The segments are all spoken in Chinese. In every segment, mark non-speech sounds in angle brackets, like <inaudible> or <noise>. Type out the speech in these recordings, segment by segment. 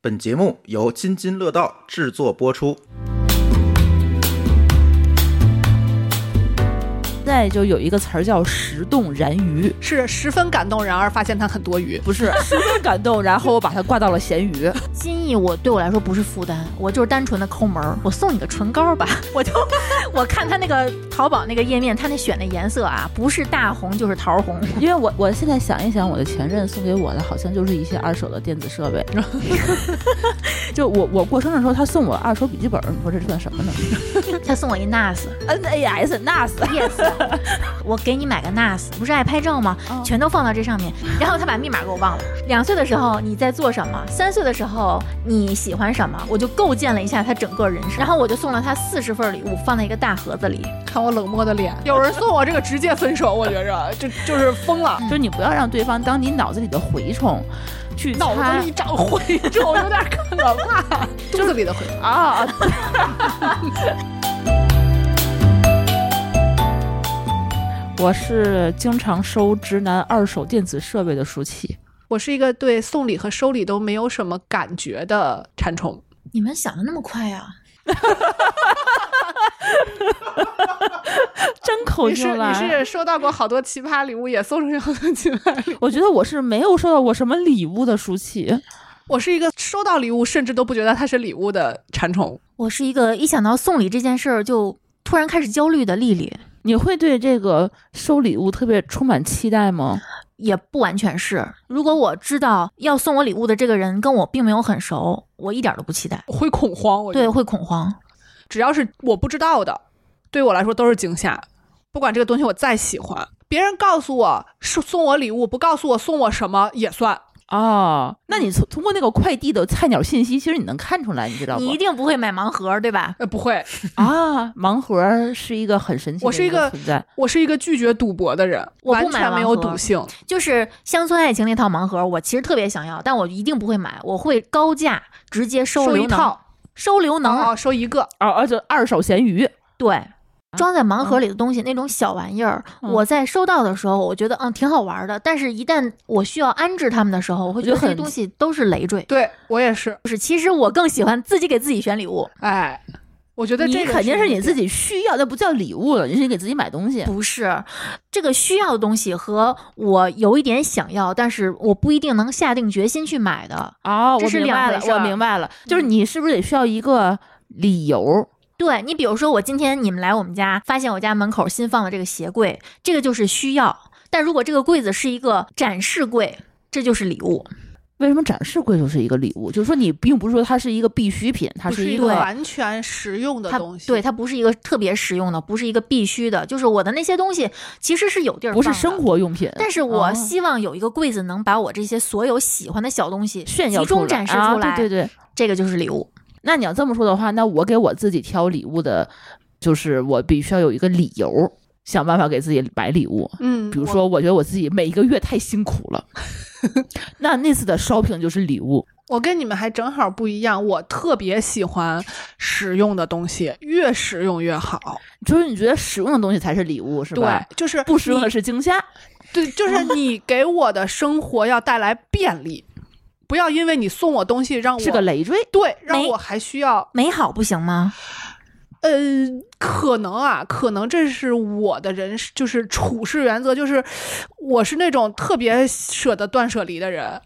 本节目由津津乐道制作播出。在就有一个词儿叫“十动燃鱼是十分感动，然而发现它很多余”，。不 <laughs> 是十分感动，然后我把它挂到了咸鱼。心意我对我来说不是负担，我就是单纯的抠门儿。我送你个唇膏吧， <laughs> 我就我看他那个淘宝那个页面，他那选的颜色啊，不是大红就是桃红。 <laughs> 因为我我现在想一想，我的前任送给我的好像就是一些二手的电子 <laughs> 设备。就我我过生日的时候，他送我二手笔记本，你说这算什么呢他送我一 NAS ？NAS NAS， yes，我 <laughs> 给你买个 NAS，不是爱拍照吗哦？全都放到这上面。然后他把密码给我忘了。两岁的时候你在做什么？三岁的时候你喜欢什么？我就构建了一下他整个人生，然后我就送了他四十份礼物，放在一个大盒子里。看我冷漠的脸，有人送我这个直接分手，我觉着就就是疯了，嗯就是你不要让对方当你脑子里的蛔虫去脑子擦里长蛔虫，有点可怕， <laughs> 肚子里的蛔。啊。 <laughs> 我是经常收直男二手电子设备的书契。我是一个对送礼和收礼都没有什么感觉的馋虫，你们想的那么快啊？真口你是秀你啦！是收到过好多奇葩礼物，也送出去好多奇葩礼物。 <laughs> 我觉得我是没有收到过什么礼物的书契。我是一个收到礼物甚至都不觉得它是礼物的馋虫。我是一个一想到送礼这件事儿就突然开始焦虑的丽丽，你会对这个收礼物特别充满期待吗？也不完全是。如果我知道要送我礼物的这个人跟我并没有很熟，我一点都不期待，我会恐慌，我觉得对，会恐慌。只要是我不知道的，对我来说都是惊吓。不管这个东西我再喜欢，别人告诉我是送我礼物，不告诉我送我什么也算。哦，那你从通过那个快递的菜鸟信息，其实你能看出来，你知道吗？你一定不会买盲盒，对吧？呃，不会，啊，盲盒是一个很神奇的我是一个个存在。我是一个拒绝赌博的人，我完不买全没有盲盒赌性。就是《乡村爱情》那套盲盒，我其实特别想要，但我一定不会买，我会高价直接收收流一能，套，收流能，哦，收一个，哦，而且二手咸鱼，对。装在盲盒里的东西，那种小玩意儿，嗯我在收到的时候，我觉得嗯挺好玩的。但是，一旦我需要安置它们的时候，我会觉得我觉得这些很东西都是累赘。对我也是。就是，其实我更喜欢自己给自己选礼物，哎，我觉得你这个肯定是你自己。己需要，那不叫礼物了，你是给自己买东西。不是这个需要的东西和我有一点想要，但是我不一定能下定决心去买的。哦，这我是明白两了回，事我儿明白了，就是你是不是得需要一个理由？对你，比如说我今天你们来我们家，发现我家门口新放的这个鞋柜，这个就是需要。但如果这个柜子是一个展示柜，这就是礼物。为什么展示柜就是一个礼物？就是说你并不是说它是一个必需品，它不是一一个个完全实用的它东西，对它不是一个特别实用的，不是一个必须的。就是我的那些东西其实是有地儿不是放的生，活用品。但是我哦希望有一个柜子能把我这些所有喜欢的小东西炫耀集中展示出来出来，啊对对对。这个就是礼物。那你要这么说的话，那我给我自己挑礼物的，就是我必须要有一个理由，想办法给自己买礼物。嗯，比如说，我觉得我自己每一个月太辛苦了， <laughs> 那那次的 shopping 就是礼物。我跟你们还正好不一样，我特别喜欢实用的东西，越实用越好。就是你觉得实用的东西才是礼物，是对吧？，就是不实用你的是惊吓。啊对，就是嗯你给我的生活要带来便利，不要因为你送我东西让我是个累赘。对，让没我还需要美好不行吗？呃，可能啊，可能这是我的人是就是处事原则，就是我是那种特别舍得断舍离的人，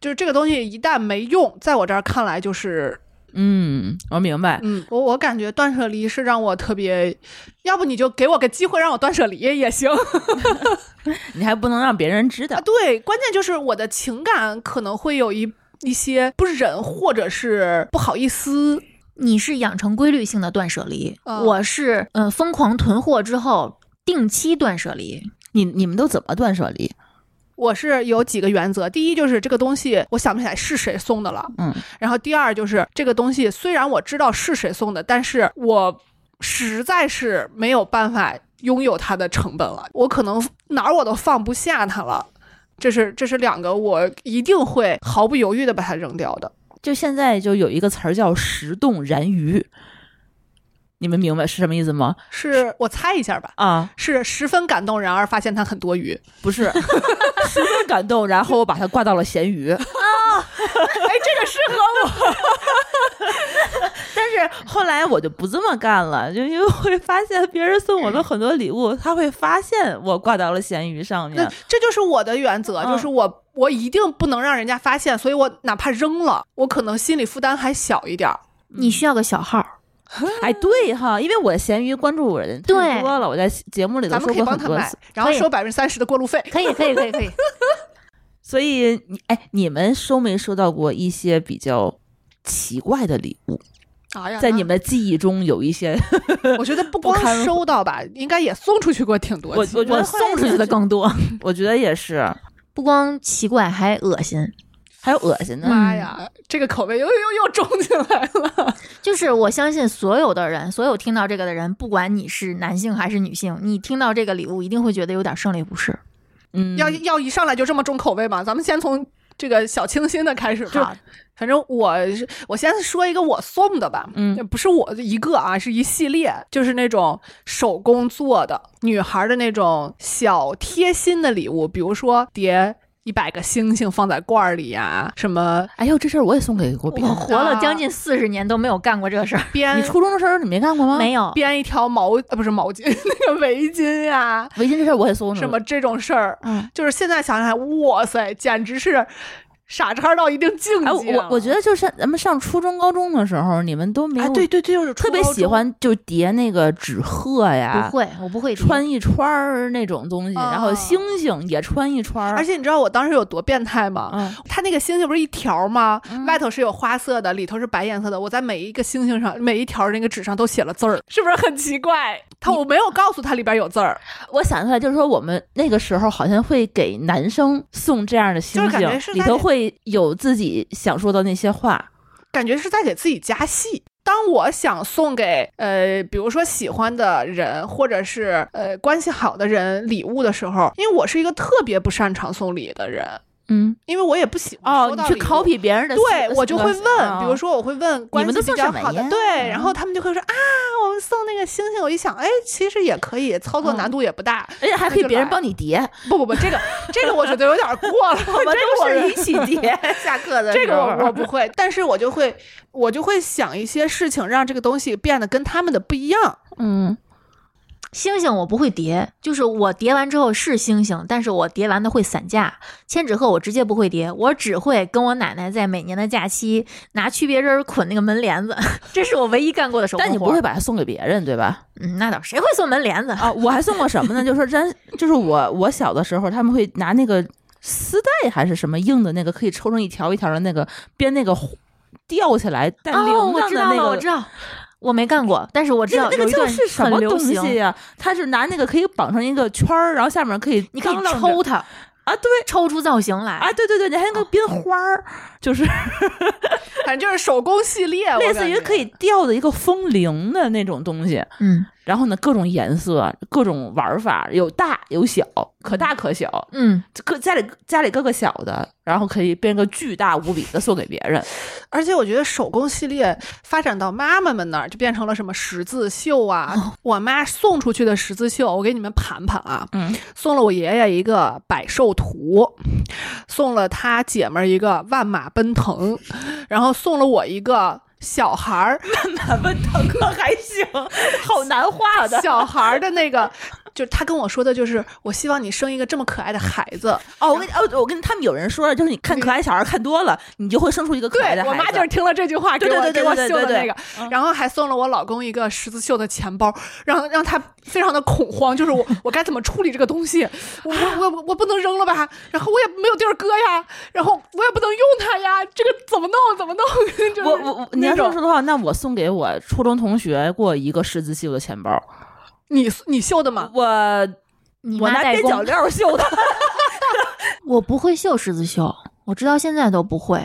就是这个东西一旦没用，在我这儿看来就是嗯，我明白。嗯，我我感觉断舍离是让我特别，要不你就给我个机会让我断舍离也行。你还不能让别人知道啊，。对，关键就是我的情感可能会有一一些不忍或者是不好意思。你是养成规律性的断舍离，嗯我是嗯、呃疯狂囤货之后定期断舍离。你你们都怎么断舍离？我是有几个原则，第一就是这个东西我想不起来是谁送的了，嗯，然后第二就是这个东西虽然我知道是谁送的，但是我实在是没有办法拥有它的成本了，我可能哪儿我都放不下它了。这是这是两个我一定会毫不犹豫的把它扔掉的。就现在就有一个词儿叫“石动燃鱼”，你们明白是什么意思吗？是我猜一下吧，啊，是十分感动，然而发现它很多余。不是， <laughs> 十分感动，然后我把它挂到了咸鱼。哎，这个适合但是后来我就不这么干了，就因为我会发现别人送我的很多礼物，他会发现我挂到了闲鱼上 <laughs> 那面。这就是我的原则，嗯就是我我一定不能让人家发现，所以我哪怕扔了，我可能心理负担还小一点儿。你需要个小号，哎，对哈，因为我的闲鱼关注我人太对多了，我在节目里头咱们说可以过帮很他多买次，，然后可以收百分之三十的过路费。可以，可以，可以，可以。所以你哎，你们收没收到过一些比较奇怪的礼物？ <laughs> 哎呀，在那你们的记忆中有一些，我觉得不光堪收到吧，应该也送出去过挺我多我期。觉得后来送出去的更 <laughs> 多，我觉得也是， <laughs> 不光奇怪，还恶心。还有恶心的。妈哎呀，这个口味又又又种进来了。就是我相信所有的人，所有听到这个的人，不管你是男性还是女性，你听到这个礼物一定会觉得有点胜利不是。嗯，要要一上来就这么重口味吗？咱们先从这个小清新的开始吧好。反正我是我先说一个我送的吧，嗯，不是我一个啊，是一系列，就是那种手工做的女孩的那种小贴心的礼物，比如说叠一百个星星放在罐儿里呀、什么哎呦，这事儿我也送给过别我人。活了将近四十年都没有干过这事儿，你编初中的时候你没干过吗？没有。编一条毛呃不是毛巾 <laughs> 那个围巾呀、围巾这事儿我也送过。什么这种事儿，嗯，就是现在想想，哇塞，简直是傻叉到一定境界哎，啊、我我我觉得就是咱们上初中、高中的时候，你们都没有、哎，对对对，就是特别初高中喜欢就叠那个纸鹤呀，不会，我不会叠穿一圈儿那种东西，啊然后星星也穿一圈儿，而且且你知道我当时有多变态吗？嗯，它那个星星不是一条吗？嗯外头是有花色的，里头是白颜色的。我在每一个星星上，每一条那个纸上都写了字儿，是不是很奇怪？他我没有告诉他里边有字儿，我想起来就是说我们那个时候好像会给男生送这样的星就是感觉星是，在里头会有自己想说的那些话。感觉是在给自己加戏。当我想送给呃，比如说喜欢的人，或者是呃关系好的人礼物的时候，因为我是一个特别不擅长送礼的人，嗯，因为我也不喜欢哦，收你到去礼物 copy 别人的思，对我就会思问，比如，啊说我会问关们系都比送较什么好的呀，对，然后嗯他们就会说啊，我们送那个星星，我一想，哎，其实也可以，操作难度也不大。嗯而且还可以别人那就来帮你叠， <laughs> 不不不，这个这个我觉得有点过了， <laughs> 我们这个我都是一起叠。下课的 <laughs> 这时个候，我我不会，但是我就会我就会想一些事情，让这个东西变得跟他们的不一样。 <laughs> 嗯，星星我不会叠，就是我叠完之后是星星，但是我叠完的会散架。千纸鹤我直接不会叠，我只会跟我奶奶在每年的假期拿区别针儿捆那个门帘子， <laughs> 这是我唯一干过的手工但你不活会儿，把它送给别人，对吧？嗯，那倒谁会送门帘子？啊，我还送过什么呢？就是说真，就是我我小的时候，他们会拿那个丝带还是什么硬的那个，可以抽成一条一条的那个，编那个弧吊起来带哦，铃我铛知的道那了，我个知。道，我没干过，但是我知那道个那有个一叫段是什么很流东行西啊呀、它是拿那个可以绑成一个圈儿，然后下面可以你可以当啷着抽它，啊，对抽出造型来。啊，对对对，你还有个编花儿，就是反正就是手工系列，我类似感于觉可以吊的一个风铃的那种东西。嗯然后呢，各种颜色、各种玩儿法，有大有小，可大可小。嗯，搁家里家里搁个小的，然后可以变个巨大无比的送给别人。而且我觉得手工系列发展到妈妈们那儿，就变成了什么十字绣啊。哦我妈送出去的十字绣，我给你们盘盘啊，嗯，送了我爷爷一个百寿图，送了他姐们儿一个万马奔腾，然后送了我一个小孩儿 <laughs> 咱们大哥还行，好难画小孩儿的那个，就是他跟我说的，就是我希望你生一个这么可爱的孩子。哦，我跟你哦，我跟他们有人说了，就是你看可爱小孩看多了，你就会生出一个可爱的对孩我子。妈就是听了这句话，给对我对对给我对对绣的对那对嗯个，然后还送了我老公一个十字绣的钱包，让让他非常的恐慌，就是我我该怎么处理这个东西？我我我我不能扔了吧？然后我也没有地儿搁呀，然后我也不能用它呀，这个怎么弄？怎么弄？ <laughs> 就是我我我，你那要这么种说的话，那我送给我初中同学过一个十字绣的钱包，你你绣的吗？我你我妈拿代边角工，料绣的，我不会绣十字绣，我直到现在都不会。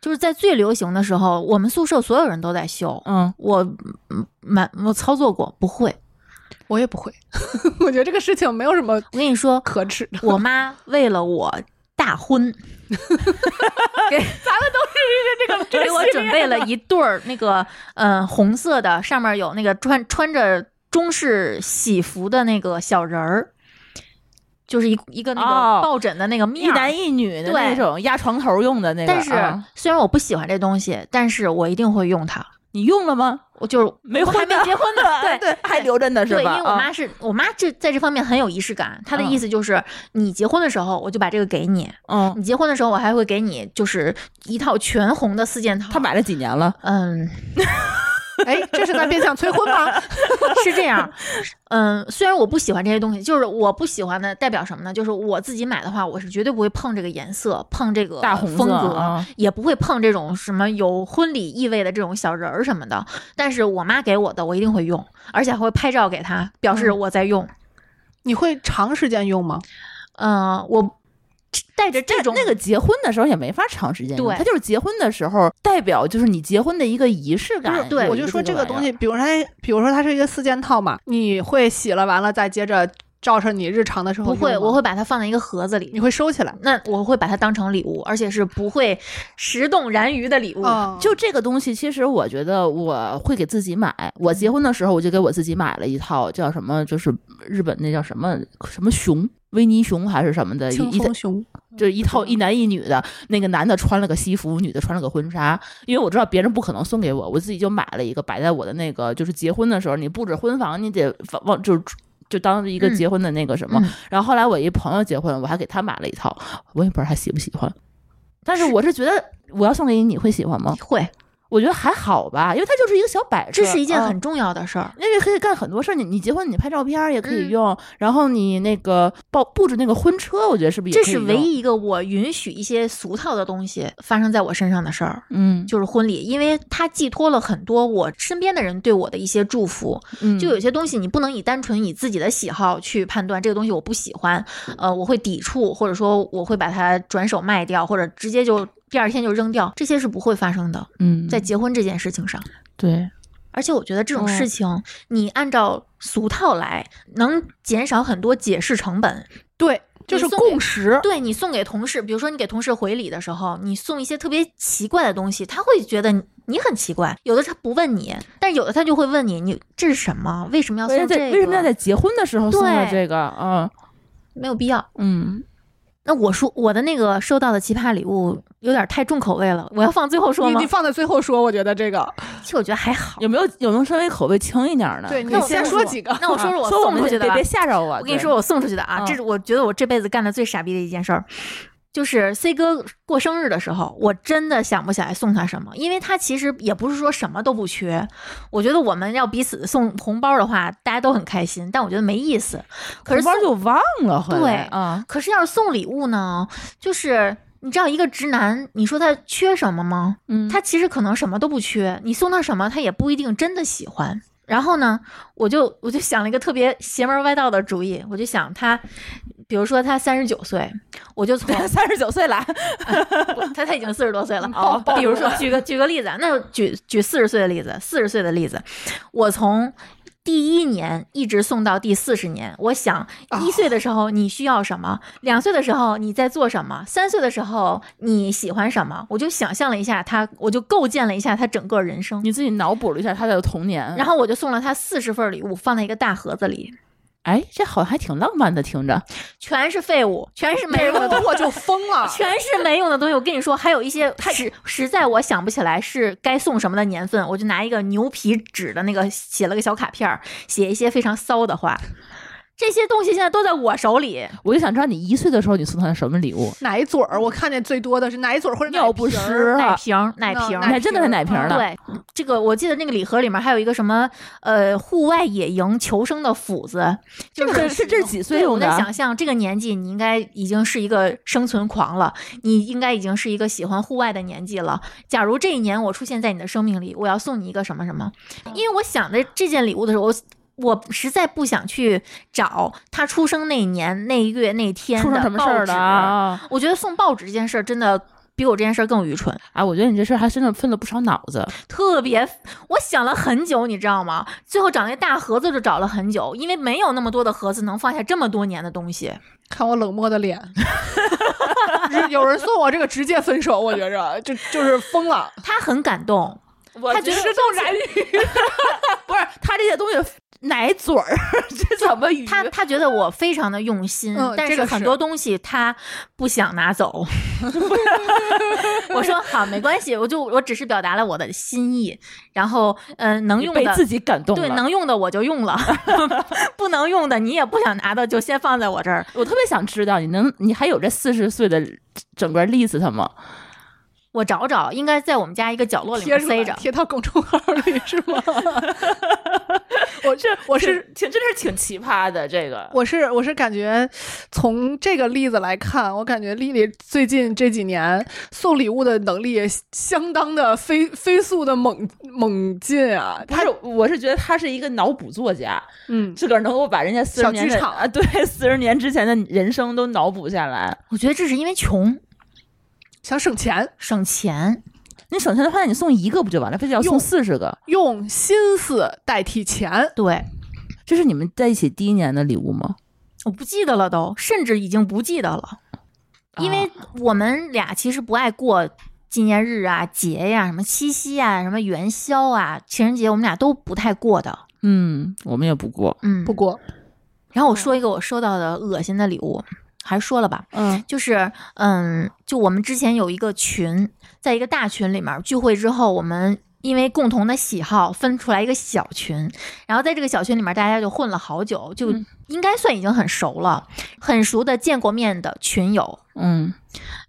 就是在最流行的时候，我们宿舍所有人都在绣，嗯，我嗯蛮我操作过，不会。我也不会， <laughs> 我觉得这个事情没有什么我跟你 <laughs> 说，可耻的。我妈为了我大婚，给咱们都是这个，给我准备了一对儿那个呃红色的，上面有那个穿穿着中式喜服的那个小人儿，就是一一个那哦个抱枕的那个面一儿。男一女的对那种压床头用的那个。但是、啊虽然我不喜欢这东西，但是我一定会用它。你用了吗？我就是没我还婚没的，结婚呢 <laughs> 啊对对，还留着呢是对，因吧？为我啊妈是、我妈这在这方面很有仪式感，她的嗯意思就是、你结婚的时候我就把这个给你，嗯，你结婚的时候我还会给你就是一套全红的四件套。她买了几年了？嗯，哎，这是在变相催婚吗？ <laughs> 是这样，嗯，虽然我不喜欢这些东西，就是我不喜欢的代表什么呢？就是我自己买的话，我是绝对不会碰这个颜色，碰这个大红色呃风格，啊也不会碰这种什么有婚礼意味的这种小人儿什么的。但是我妈给我的，我一定会用，而且还会拍照给她，表嗯示我在用。你会长时间用吗？嗯、我带着这种那个结婚的时候也没法长时间用，对它就是结婚的时候代表就是你结婚的一个仪式不是感。，对有我一就个说这个玩意儿东西，，比如说它，比如说它是一个四件套嘛，你会洗了完了再接着照着你日常的时候不会，用吗我会把它放在一个盒子你里。会收起来。那我会把它当成礼物，而且是不会石动燃鱼的礼物。嗯，就这个东西，其实我觉得我会给自己买。我结婚的时候，我就给我自己买了一套叫什么，就是日本那叫什么什么熊，维尼熊还是什么的，一青一松熊，就是一套一男一女的，那个男的穿了个西服，女的穿了个婚纱。因为我知道别人不可能送给我，我自己就买了一个，摆在我的那个就是结婚的时候，你布置婚房，你得放往就是。就当一个嗯结婚的那个什么，嗯然后后来我一朋友结婚，我还给他买了一套，我也不知道他喜不喜欢，但是我是觉得我要送给你，你会喜欢吗？会，我觉得还好吧，因为它就是一个小摆设，这是一呃件啊很重要的事儿。因为可以干很多事儿，你你结婚你拍照片儿也可嗯以用，然后你那个报布置那个婚车，我觉得是不是也这可以是用唯一一个我允许一些俗套的东西发生在我身上的事儿，嗯，就是婚礼，因为它寄托了很多我身边的人对我的一些祝福。嗯就有些东西，你不能以单纯以自己的喜好去判断这个东西我不喜欢，呃，我会抵触，或者说我会把它转手卖掉，或者直接就第二天就扔掉，这些是不会发生的，嗯在结婚这件事情上。对而且我觉得这种嗯事情，你按照俗套来，能减少很多解释成本。对，就是你送给共识。对你送给同事，比如说你给同事回礼的时候，你送一些特别奇怪的东西，他会觉得你你很奇怪。有的他不问你，但有的他就会问你，你这是什么？为什么要为什送么这在个？为什么要在结婚的时候送了对这个啊？没有必要。嗯，那我说我的那个收到的奇葩礼物有点太重口味了，我要放最后说你吗你？放在最后说，我觉得这个其实我觉得还好。有没有有没有稍微口味轻一点儿的？对你那我先先说说几个。那我说说啊 <laughs> 我说我送们出去别的吧别。吓着我。我跟你对说，，我送出去的啊嗯，这是我觉得我这辈子干的最傻逼的一件事儿，就是 C 哥过生日的时候，我真的想不起来送他什么，因为他其实也不是说什么都不缺。我觉得我们要彼此送红包的话，大家都很开心，但我觉得没意思。可是红包送就忘了回对来啊。可是要是送礼物呢，就是你知道一个直男，你说他缺什么吗？嗯他其实可能什么都不缺，你送他什么，他也不一定真的喜欢。然后呢，我就我就想了一个特别邪门歪道的主意，我就想他，比如说他三十九岁，我就从 <laughs> 三十九岁来，我 <laughs> 他他已经四十多岁了哦比如说举个举个例子啊，那举举四十岁的例子，四十岁的例子，我从。第一年一直送到第四十年，我想哦一岁的时候你需要什么，两岁的时候你在做什么，三岁的时候你喜欢什么，我就想象了一下他，我就构建了一下他整个人生，你自己脑补了一下他的童年，然后我就送了他四十份礼物，放在一个大盒子里，哎，这好像还挺浪漫的，听着。全是废物，全是没用的东西。我就疯了全是没用的东西。我跟你说，还有一 <laughs> 些实实在我想不起来是该送什么的年份，我就拿一个牛皮纸的那个写了个小卡片儿，写一些非常骚的话。这些东西现在都在我手里，我就想知道你一岁的时候你送他什么礼物？奶嘴儿，我看见最多的是奶嘴儿或者奶尿不瓶儿嗯湿奶啊，瓶儿、嗯奶瓶你儿。还真的是奶瓶儿呢。对，这个我记得那个礼盒里面还有一个什么呃户外野营求生的斧子，这 <laughs> 就个是这是几岁对用我在的？啊想象这个年纪，你应该已经是一个生存狂了，你应该已经是一个喜欢户外的年纪了。假如这一年我出现在你的生命里，我要送你一个什么什么？因为我想着这件礼物的时候，我我实在不想去找他出生那一年、那一月、那一天出的生什么事儿报纸了啊？我觉得送报纸这件事儿真的。比我这件事儿更愚蠢，啊，我觉得你这事儿还真的分了不少脑子。特别，我想了很久，你知道吗？最后找那大盒子就找了很久，因为没有那么多的盒子能放下这么多年的东西。看我冷漠的脸。 <laughs> 有人送我这个直接分手，我觉着就就是疯了。他很感动，我他觉得 <laughs> 动燃不是他这些东西，奶嘴儿， <laughs> 这怎么鱼？他他觉得我非常的用心，嗯但这个很是多东西他不想拿走。 <laughs> 我说好，没关系，我就我只是表达了我的心意，然后嗯、呃能用被的自己感动对了能用的我就 <laughs> 用了， <laughs> 不能用的你也不想拿的就先放在我这儿。我特别想知道，你能你还有这四十岁的整个 list 吗？我找找，应该在我们家一个角落里贴面出塞来着。贴到公众号里是 <laughs> 吗？我这我是挺，真是挺奇葩的这个。我是我是感觉，从这个例子来看，我感觉丽丽最近这几年送礼物的能力也相当的飞飞速的猛猛进啊！不是，我是觉得他是一个脑补作家，嗯，自个儿能够把人家四十小年剧的场啊，对四十年之前的人生都脑补下来。我觉得这是因为穷想省钱，省钱，你省钱的话，你送一个不就完了？非得要送用四十个？用心思代替钱，对，这是你们在一起第一年的礼物吗？我不记得了都，甚至已经不记得了，啊因哦啊为我们俩其实不爱过纪念日啊、节呀、什么七夕啊、什么元宵啊、情人节，我们俩都不太过的。嗯，我们也不过。嗯不，过，然后我说一个我收到的恶心的礼物，还是说了吧。嗯就是嗯，就我们之前有一个群，在一个大群里面聚会之后，我们因为共同的喜好分出来一个小群，然后在这个小群里面，大家就混了好久，就嗯应该算已经很熟了，很熟的见过面的群友。嗯，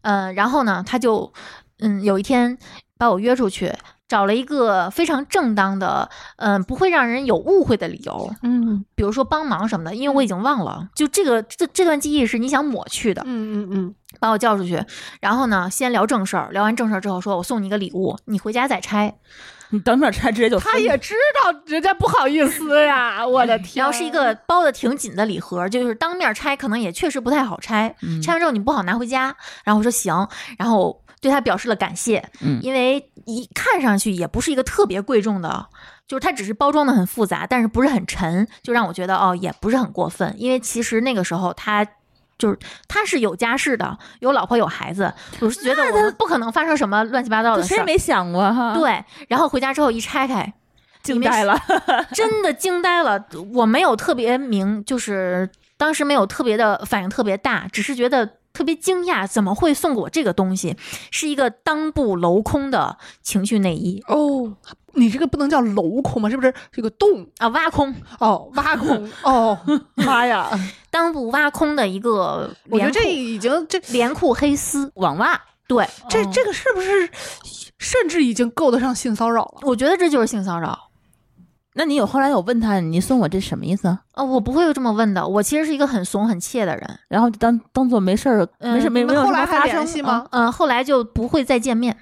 嗯，然后呢，他就嗯有一天把我约出去。找了一个非常正当的，嗯，不会让人有误会的理由，嗯比如说帮忙什么的，因为我已经忘了，就这个这这段记忆是你想抹去的，嗯嗯嗯，把我叫出去，然后呢，先聊正事儿，聊完正事儿之后，说我送你一个礼物，你回家再拆。你等会儿拆直接就他分也知道人家不好意思呀，我的天，啊哎然后是一个包的挺紧的礼盒，就是当面拆，可能也确实不太好拆。嗯拆完之后你不好拿回家，然后我说行，然后对他表示了感谢，嗯因为一看上去也不是一个特别贵重的，就是它只是包装的很复杂，但是不是很沉，就让我觉得哦也不是很过分，因为其实那个时候他。就是他是有家室的，有老婆有孩子，我是觉得我们不可能发生什么乱七八糟的就事谁也儿。没想过哈，，对，然后回家之后一拆开，惊呆了。真的惊呆了。我没有特别明，就是当时没有特别的反应特别大，只是觉得特别惊讶，怎么会送给我这个东西？是一个裆部镂空的情趣内衣哦，你这个不能叫镂空吧？是不是这个洞？啊，挖空哦，挖空哦，妈呀！裆部挖空的一个我觉得连裤这已经这连裤黑丝网袜，对。这哦这个是不是甚至已经够得上性骚扰了？我觉得这就是性骚扰那你有后来有问他，你送我这什么意思啊？啊、我不会这么问的。我其实是一个很怂很怯的人，然后就当当做没事儿，没事嗯没没你们有后什来么还发联生。系吗？嗯，后来就不会再见面。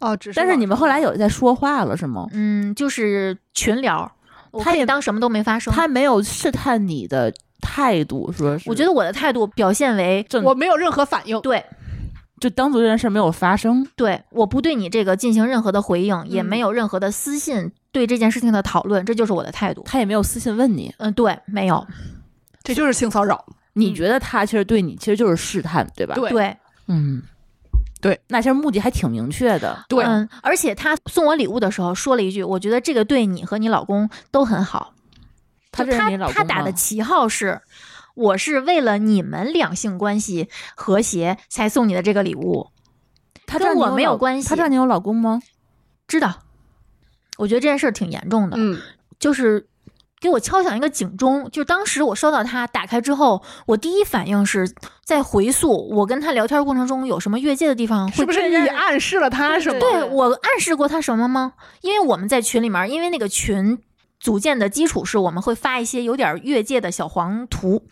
哦，只是但是你们后来有有在说话了是吗？嗯，就是群聊，我他可以也当什么都没发生。他没有试探你的态度，说是我觉得我的态度表现为正我没有任何反应，对就当做这件事没有发生。对，我不对你这个进行任何的回应，也嗯没有任何的私信对这件事情的讨论，这就是我的态度。他也没有私信问你，嗯，对，没有，这就是性骚扰。你觉得他其实对你其实就是试探，对吧？，对对，嗯，对，那其实目的还挺明确的。对嗯，而且他送我礼物的时候说了一句，我觉得这个对你和你老公都很好。他就认识他你老公他打吗的旗号是，我是为了你们两性关系和谐才送你的这个礼物，他跟知道你我有没有老关系他知道你有老公吗？知道？我觉得这件事儿挺严重的。嗯，就是给我敲响一个警钟。就当时我收到它，打开之后，我第一反应是在回溯我跟他聊天过程中有什么越界的地方，是会不是确认你暗示了他什么？嗯对我暗示过他什么吗？因为我们在群里面，因为那个群。组建的基础是我们会发一些有点越界的小黄图，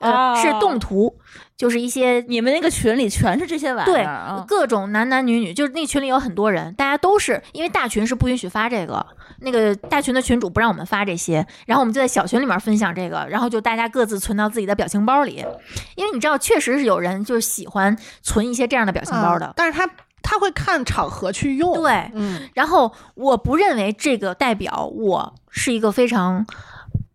呃，哦是动图，就是一些你们那个群里全是这些玩意对儿啊，各种男男女女，就是那群里有很多人，大家都是因为大群是不允许发这个，那个大群的群主不让我们发这些，然后我们就在小群里面分享这个，然后就大家各自存到自己的表情包里，因为你知道，确实是有人就是喜欢存一些这样的表情包的。嗯啊但是他他会看场合去用。，嗯对，嗯，然后我不认为这个代表我是一个非常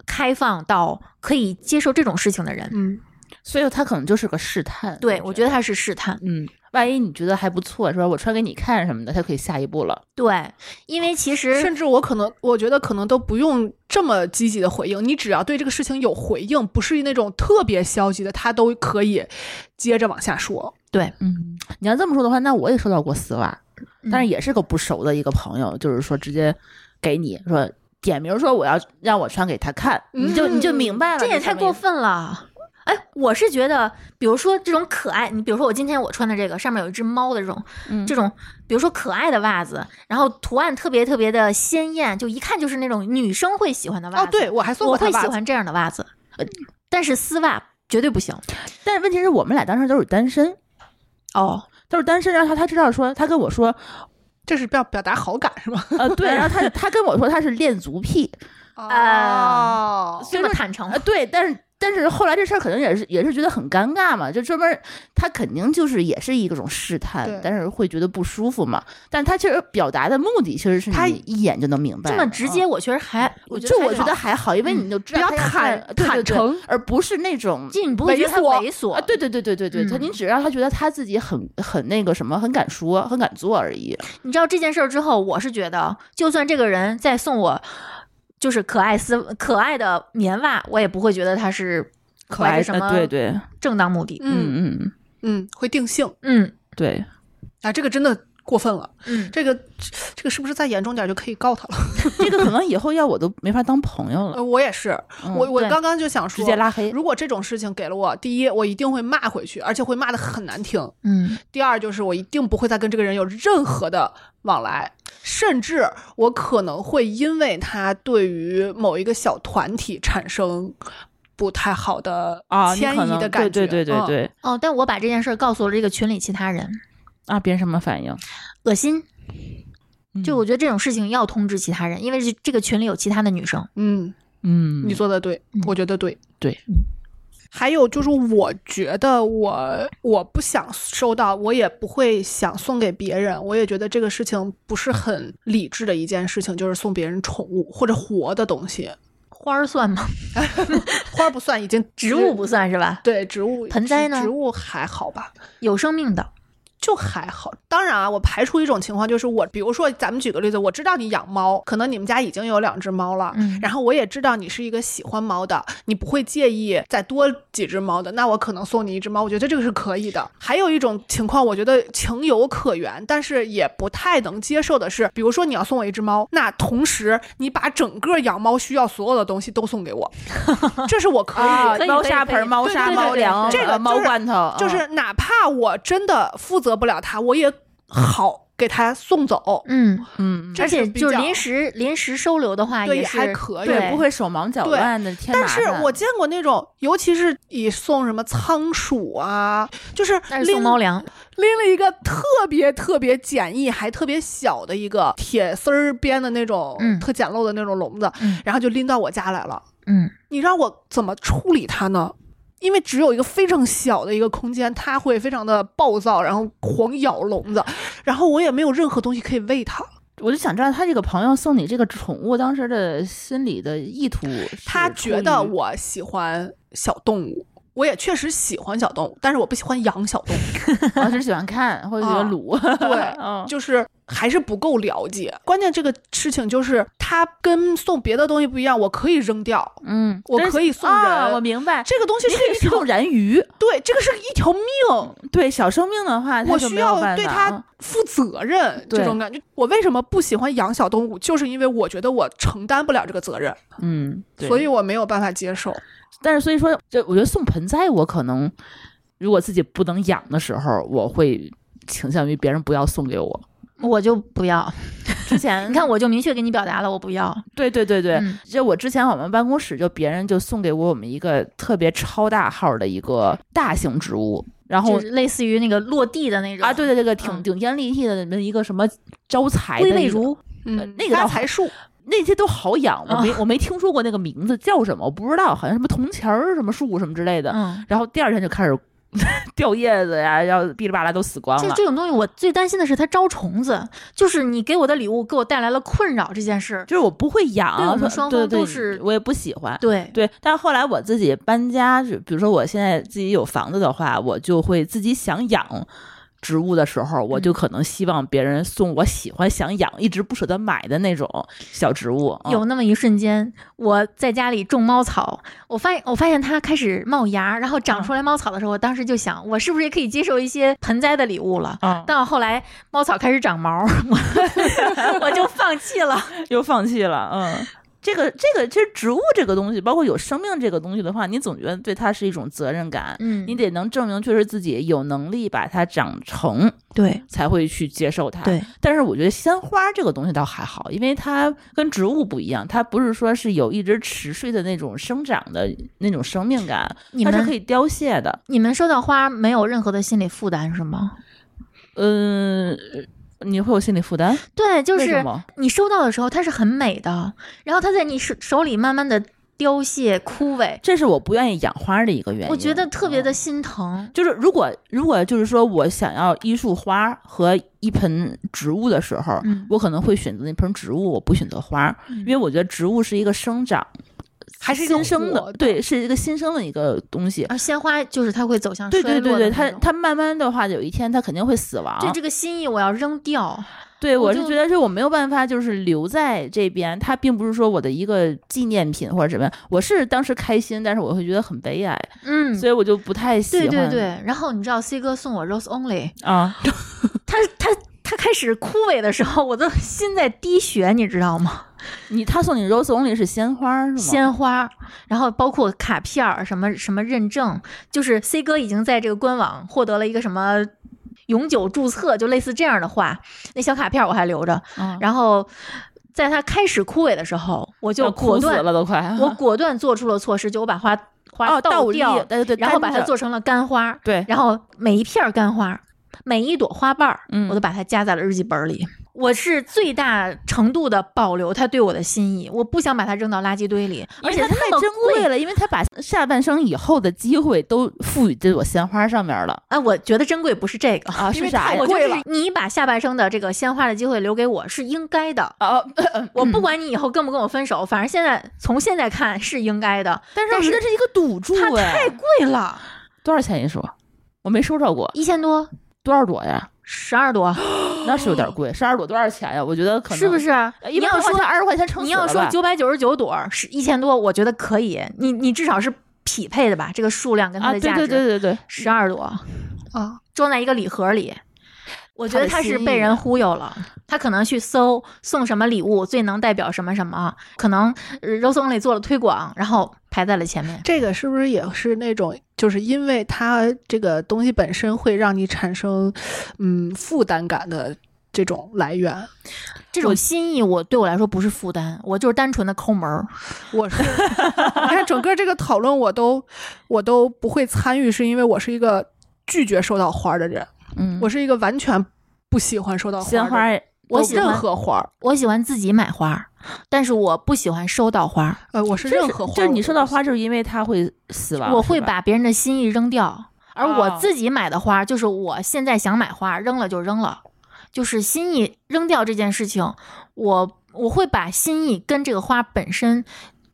开放到可以接受这种事情的人。嗯，所以他可能就是个试探。对，我觉得，他是试探。嗯，万一你觉得还不错，是吧？我穿给你看什么的，他可以下一步了。对，因为其实甚至我可能，我觉得可能都不用这么积极的回应，你只要对这个事情有回应，不是那种特别消极的，他都可以接着往下说。对，嗯，你要这么说的话，那我也收到过丝袜，但是也也是个不熟的一个朋友，就是说直接给你说点名说我要让我穿给他看，你就你就嗯明白了，这也什太么过意思。分了。哎，我是觉得，比如说这种可爱，你比如说我今天我穿的这个上面有一只猫的这种，嗯这种比如说可爱的袜子，然后图案特别特别的鲜艳，就一看就是那种女生会喜欢的袜哦，子。对，我还送我过他会袜喜子，欢这样的袜子，呃但是丝袜绝对不行。但是问题是我们俩当时都是单身，哦，都是单身，然后他他知道说，他跟我说，这是表表达好感是吗？呃，对，然后他他跟我说他是恋足癖，哦这么坦诚呃，，对，但是但是后来这事儿肯定也是也是觉得很尴尬嘛，就专门他肯定就是也是一种试探对，但是会觉得不舒服嘛。但他其实表达的目的其实是他你一眼就能明白这的，么直接，嗯。我确实还，我觉得就还我觉得好还好，因为你就知道比他较要坦看对对坦对诚，而不是那种进一步觉得他猥猥琐啊，对对对对对对，他嗯你只让他觉得他自己很很那个什么，很敢说，很敢做而已。你知道这件事儿之后，我是觉得，就算这个人再送我就是可爱丝可爱的棉袜，我也不会觉得他是怀着什么呃对对，正当目的。嗯嗯嗯，嗯，会定性嗯对。啊，这个真的过分了，嗯，这个这个是不是再严重点就可以告他了？ <laughs> 这个可能以后要我都没法当朋友了，嗯呃，我也是，我我对刚刚就想说直，接拉黑。如果这种事情给了我，第一，我一定会骂回去，而且会骂的很难听；嗯，第二，就是我一定不会再跟这个人有任何的往来，甚至我可能会因为他对于某一个小团体产生不太好的啊，你迁可移能的感觉。对对对对嗯对、哦，但我把这件事儿告诉了这个群里其他人，啊！别人什么反应？恶心。就嗯我觉得这种事情要通知其他人，因为这这个群里有其他的女生。嗯，嗯，你做的对，我觉得对，嗯对。还有就是，我觉得我我不想收到，我也不会想送给别人。我也觉得这个事情不是很理智的一件事情，就是送别人宠物或者活的东西， <laughs> 花儿算吗？ <laughs> 花儿不算，已经植物不算是吧？对植物盆栽呢植植物还好吧，有生命的，就还好。当然啊，我排除一种情况，就是我，比如说咱们举个例子，我知道你养猫，可能你们家已经有两只猫了，嗯然后我也知道你是一个喜欢猫的，你不会介意再多几只猫的，那我可能送你一只猫，我觉得这个是可以的。还有一种情况，我觉得情有可原，但是也不太能接受的是，比如说你要送我一只猫，那同时你把整个养猫需要所有的东西都送给我，这是我可以啊可以，猫可以砂可以盆、猫对砂、对对猫对粮、这个呃猫啊就是罐头，就是嗯哪怕我真的负责不了他，我也好给他送走。嗯，嗯，嗯哦这而且是比就较临时临时收留的话对也是还可以对，对，不会手忙脚对乱的，天但麻是烦我见过那种，尤其是以送什么仓鼠啊，就是但是拎送猫粮，拎了一个特别特别简易还特别小的一个铁丝儿编的那种、嗯特简陋的那种笼子，嗯然后就拎到我家来了。嗯，你让我怎么处理它呢？因为只有一个非常小的一个空间，它会非常的暴躁，然后狂咬笼子，然后我也没有任何东西可以喂它。我就想知道他这个朋友送你这个宠物当时的心理的意图是出于，他觉得我喜欢小动物，我也确实喜欢小动物，但是我不喜欢养小 <laughs> 动物，我啊是喜欢看，或者觉得啊鲁，对 <laughs> 嗯，就是还是不够了解。关键这个事情就是，它跟送别的东西不一样，我可以扔掉，嗯，我但是可以送啊，人我明白，这个东西你可以是一条送，人鱼，对，这个是一条命， <laughs> 对小生命的话，我他就需没有要办对法嗯它负责任，对这种感觉。我为什么不喜欢养小动物，就是因为我觉得我承担不了这个责任，嗯，对呃所以我没有办法接受。但是所以说，这我觉得送盆栽，我可能如果自己不能养的时候，我会倾向于别人不要送给我。我就不要。之前你看，，我就明确给你表达了，我不要。对对对对嗯，就我之前我们办公室就别人就送给我我们一个特别超大号的一个大型植物，然后就是类似于那个落地的那种啊，对，对，这个挺嗯顶天立地的那么一个什么招财的龟背一个如，呃嗯，那个倒发好财树，那些都好养，我没嗯我没听说过那个名字叫什么，我不知道，好像什么铜钱儿什么树什么之类的。嗯，然后第二天就开始 <laughs> 掉叶子呀，要哔哩吧啦都死光这了。这种东西，我最担心的是它招虫子，就是你给我的礼物给我带来了困扰这件事儿。就是我不会对我养，们双对方对都是我也不喜欢。对，对，但是后来我自己搬家，就比如说我现在自己有房子的话，我就会自己想养植物的时候，我嗯就可能希望别人送我喜欢、想养、一直不舍得买的那种小植物。嗯有那么一瞬间，我在家里种猫草，我发现我发现它开始冒芽，然后嗯长出来猫草的时候，我当时就想，我是不是也可以接受一些盆栽的礼物了？嗯，但我后来猫草开始长毛， <laughs> 我我就放弃了。又放弃了。 <laughs> 嗯，这个这个其实植物这个东西，包括有生命这个东西的话，你总觉得对它是一种责任感。嗯你得能证明，确实自己有能力把它长成，对才会去接受它。对，但是我觉得鲜花这个东西倒还好，因为它跟植物不一样，它不是说是有一直持续的那种生长的那种生命感，你它是们可以凋谢的。你们收到花没有任何的心理负担是吗？嗯，你会有心理负担？对，就为什是么你收到的时候它是很美的，然后它在你手手里慢慢的凋谢枯萎，这是我不愿意养花的一个原因。我觉得特别的嗯。心疼。就是如果如果就是说我想要一束花和一盆植物的时候，嗯我可能会选择那盆植物，我不选择花，因为我觉得植物是一个生长，还是一种新生活的，的对，是一个新生的一个东西。而鲜花就是它会走向对对衰啊落对对，的那它种它慢慢的话，有一天它肯定会死亡。对这个心意我要扔掉。对我我是就觉得是我没有办法，就是留在这边。它并不是说我的一个纪念品或者什么样，我是当时开心，但是我会觉得很悲哀，嗯，所以我就不太喜对欢。对对。然后你知道 C 哥送我 Rose Only，啊，他他他开始枯萎的时候，我的心在滴血，你知道吗？你他送你 rose only 是鲜花是吗？鲜花，然后包括卡片儿，什么什么认证，就是 C 哥已经在这个官网获得了一个什么。永久注册就类似这样的话，那小卡片儿我还留着。嗯，然后，在它开始枯萎的时候，我就要果哭啊死断了都快。啊我果断做出了措施，就我把花花哦，倒立掉，，对对对，然后把单它着做成了干花，对，然后每一片干花，每一朵花瓣儿，嗯我都把它夹在了日记本里。我是最大程度的保留它对我的心意，我不想把它扔到垃圾堆里，而而且且它太那么珍贵。了，因为它把下半生以后的机会都赋予这朵鲜花上面了哎，我觉得珍贵不是这个，啊，因是为啥太呀？贵了。你把下半生的这个鲜花的机会留给我是应该的。哦，我不管你以后跟不跟我分手，反正现在从现在看是应该的。但但是我觉得是这是一个赌注它哎，太贵了，多少钱一束？我没收着过，一千多，多少朵呀？十二多，那是有点贵，十二朵多少钱呀？我觉得可能哦呃是不？啊是？一你般要说二十块钱撑你死了要说吧啊九百九十九朵儿是一千多，我觉得可以，你你至少是匹配的吧？这个数量跟它啊，的对价对值，对对对，十二朵啊，装在一个礼盒里，我觉得他他的是心意被人忽悠了，他可能去搜送什么礼物最能代表什么什么，可能呃 Rose Only 做了推广，然后排在了前面。这个是不是也是那种，就是因为它这个东西本身会让你产生嗯负担感的这种来源？这种心意我对我来说不是负担，我就是单纯的抠门儿。<laughs> 我是，你看整个这个讨论我都我都不会参与，是因为我是一个拒绝收到花儿的人，嗯，我是一个完全不喜欢收到花儿的鲜人花，我喜任欢何花儿，我喜欢自己买花儿，但是我不喜欢收到花儿，呃，我是任何花儿我都不喜就欢，是你收到花，就是因为它会死亡，我会是吧把别人的心意扔掉。而我哦自己买的花，就是我现在想买花，扔了就扔了，就是心意扔掉这件事情，我我会把心意跟这个花本身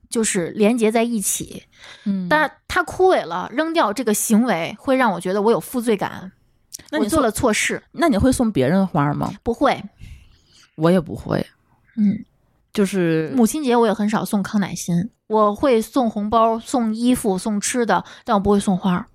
就是连接在一起。嗯但它枯萎了，扔掉这个行为会让我觉得我有负罪感，那我你做送了错事，那你会送别人花吗？不会。我也不会，嗯，就是母亲节我也很少送康乃馨，我会送红包、送衣服、送吃的，但我不会送花儿。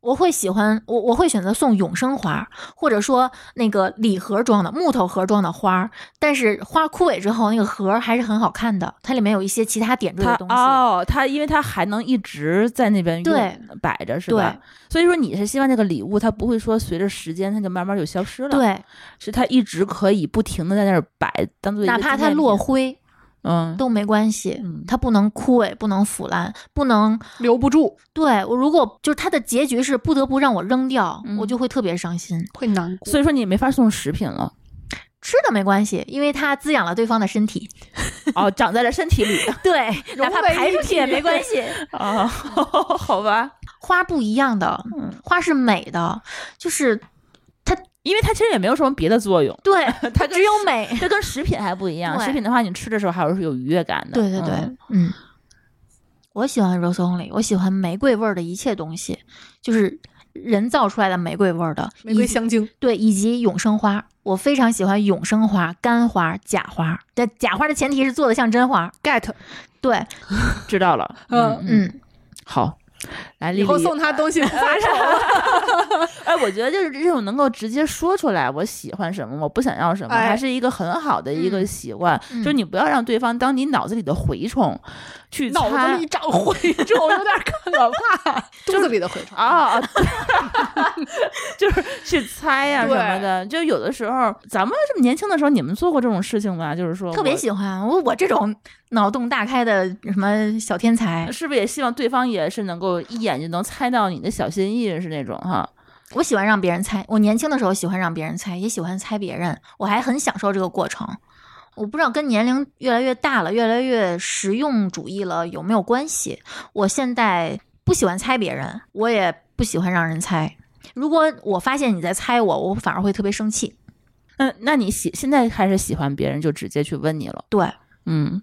我会喜欢我我会选择送永生花儿，或者说那个礼盒装的木头盒装的花儿，但是花枯萎之后，那个盒儿还是很好看的，它里面有一些其他点缀它的东西。哦，它因为它还能一直在那边用对摆着是对吧？所以说你是希望这个礼物它不会说随着时间它就慢慢就消失了，，对，是它一直可以不停的在那儿摆，当做哪怕它落，灰嗯，都没关系，嗯它不能枯萎，不能腐烂，不能留不住，对我如果就是它的结局是不得不让我扔掉，嗯我就会特别伤心。会难过。所以说你没法送食品 <laughs> 了，吃的没关系，因为它滋养了对方的身体。哦， <laughs> 长在了身体里哦对，哪融怕为排一出去也体没关系。啊，好吧， <laughs> 花不一样的，嗯花是美的，就是因为它其实也没有什么别的作用，对它跟只有美。这跟食品还不一样。对食品的话，你吃的时候还是有愉悦感的。对对嗯对，嗯我喜欢 rose only，我喜欢玫瑰味儿的一切东西，就是人造出来的玫瑰味儿的玫瑰以及香精，对，以及永生花，我非常喜欢永生花、干花、假花。但假花的前提是做的像真花。 get，对，知道了。嗯嗯嗯，嗯，好，来，以丽后丽。送他东西发愁了。 <laughs> 哎，我觉得就是这种能够直接说出来，我喜欢什么，我不想要什么，哎还是一个很好的一个嗯习惯。嗯就是你不要让对方当你脑子里的蛔虫去脑猜子里长蛔虫，有点可 <laughs> 怕，肚子里的蛔虫。啊，啊 <laughs> 就是去猜呀、对什么的。就有的时候，咱们这么年轻的时候，你们做过这种事情吗？就是说，特别喜欢啊我我这种脑洞大开的什么小天才欢，，是不是也希望对方也是能够一眼就能猜到你的小心意是那种哈？我喜欢让别人猜。我年轻的时候喜欢让别人猜，也喜欢猜别人，我还很享受这个过程。我不知道跟年龄越来越大了，越来越实用主义了有没有关系？我现在不喜欢猜别人，我也不喜欢让人猜。如果我发现你在猜我，我反而会特别生气。嗯，那你喜现在开始喜欢别人，就直接去问你了。对，嗯，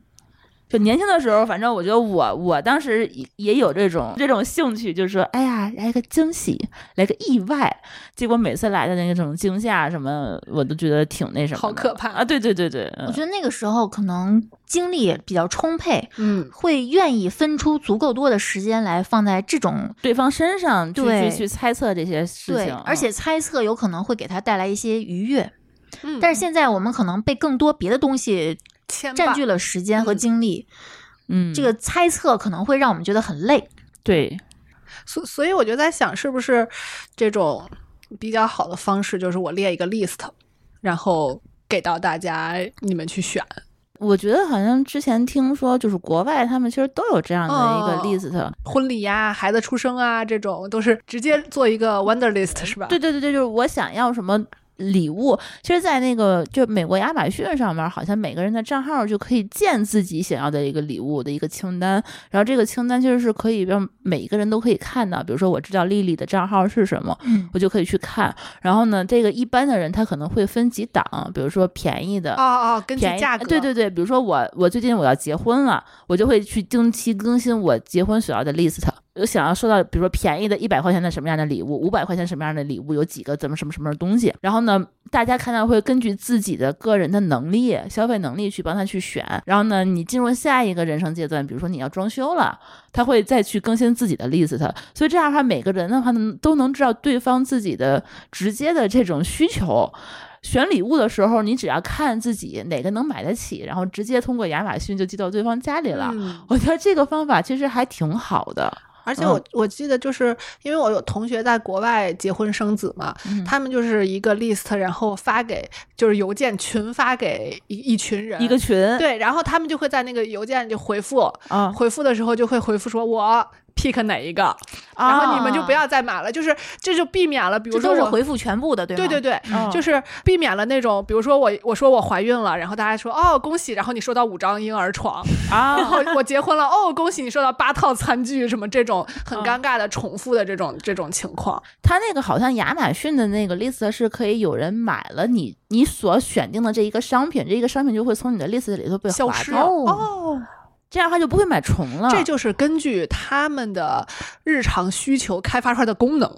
就年轻的时候，反正我觉得我我当时也也有这种这种兴趣，就是说，哎呀，来个惊喜，来个意外。结果每次来的那种惊吓什么，我都觉得挺那什么的，好可怕啊！对对对对，嗯我觉得那个时候可能精力比较充沛，嗯，会愿意分出足够多的时间来放在这种对方身上去去对去猜测这些事对，情，啊而且猜测有可能会给他带来一些愉悦。啊嗯但是现在我们可能被更多别的东西牵占绊据了时间和嗯精力，嗯，这个猜测可能会让我们觉得很累。对，所所以我就在想，是不是这种比较好的方式，就是我列一个 list，然后给到大家，你们去选。我觉得好像之前听说，就是国外他们其实都有这样的一个哦 list，、婚礼呀、孩子出生啊，这种都是直接做一个 wonder list 是吧？对，对对对，就是我想要什么礼物。其实，在那个就美国亚马逊上面，好像每个人的账号就可以建自己想要的一个礼物的一个清单，然后这个清单其实是可以让每一个人都可以看到。比如说，我知道丽丽的账号是什么，嗯，我就可以去看。然后呢，这个一般的人他可能会分几档，比如说便宜的。哦哦，根据便宜价格，对对对，比如说我我最近我要结婚了，我就会去定期更新我结婚所要的 list。有想要收到，比如说便宜的一百块钱的什么样的礼物，五百块钱什么样的礼物，有几个怎么什么什么东西。然后呢，大家看到会根据自己的个人的能力、消费能力去帮他去选。然后呢，你进入下一个人生阶段，比如说你要装修了，他会再去更新自己的 list。所以这样的话，每个人的话呢都能知道对方自己的直接的这种需求。选礼物的时候，你只要看自己哪个能买得起，然后直接通过亚马逊就寄到对方家里了。嗯我觉得这个方法其实还挺好的。而且我、我记得，就是因为我有同学在国外结婚生子嘛，嗯他们就是一个 list，然后发给就是邮件群发给一一群人，一个群，对，然后他们就会在那个邮件就回复，啊回复的时候就会回复说我 pick 哪一个，然啊后你们就不要再买了，就是这就避免了，比这如说都是我。回复全部的，对吗？对对对，嗯就是避免了那种，比如说我我说我怀孕了，然后大家说哦恭喜，然后你收到五张婴儿床，然啊，后我结婚了哦恭喜你收到八套餐具，什么这种很嗯尴尬的重复的这种这种情况，他那个好像亚马逊的那个 list 是可以有人买了你你所选定的这一个商品，这一个商品就会从你的 list 里头被消划失掉，哦，这样的话就不会买重了。这就是根据他们的日常需求开发出来的功能，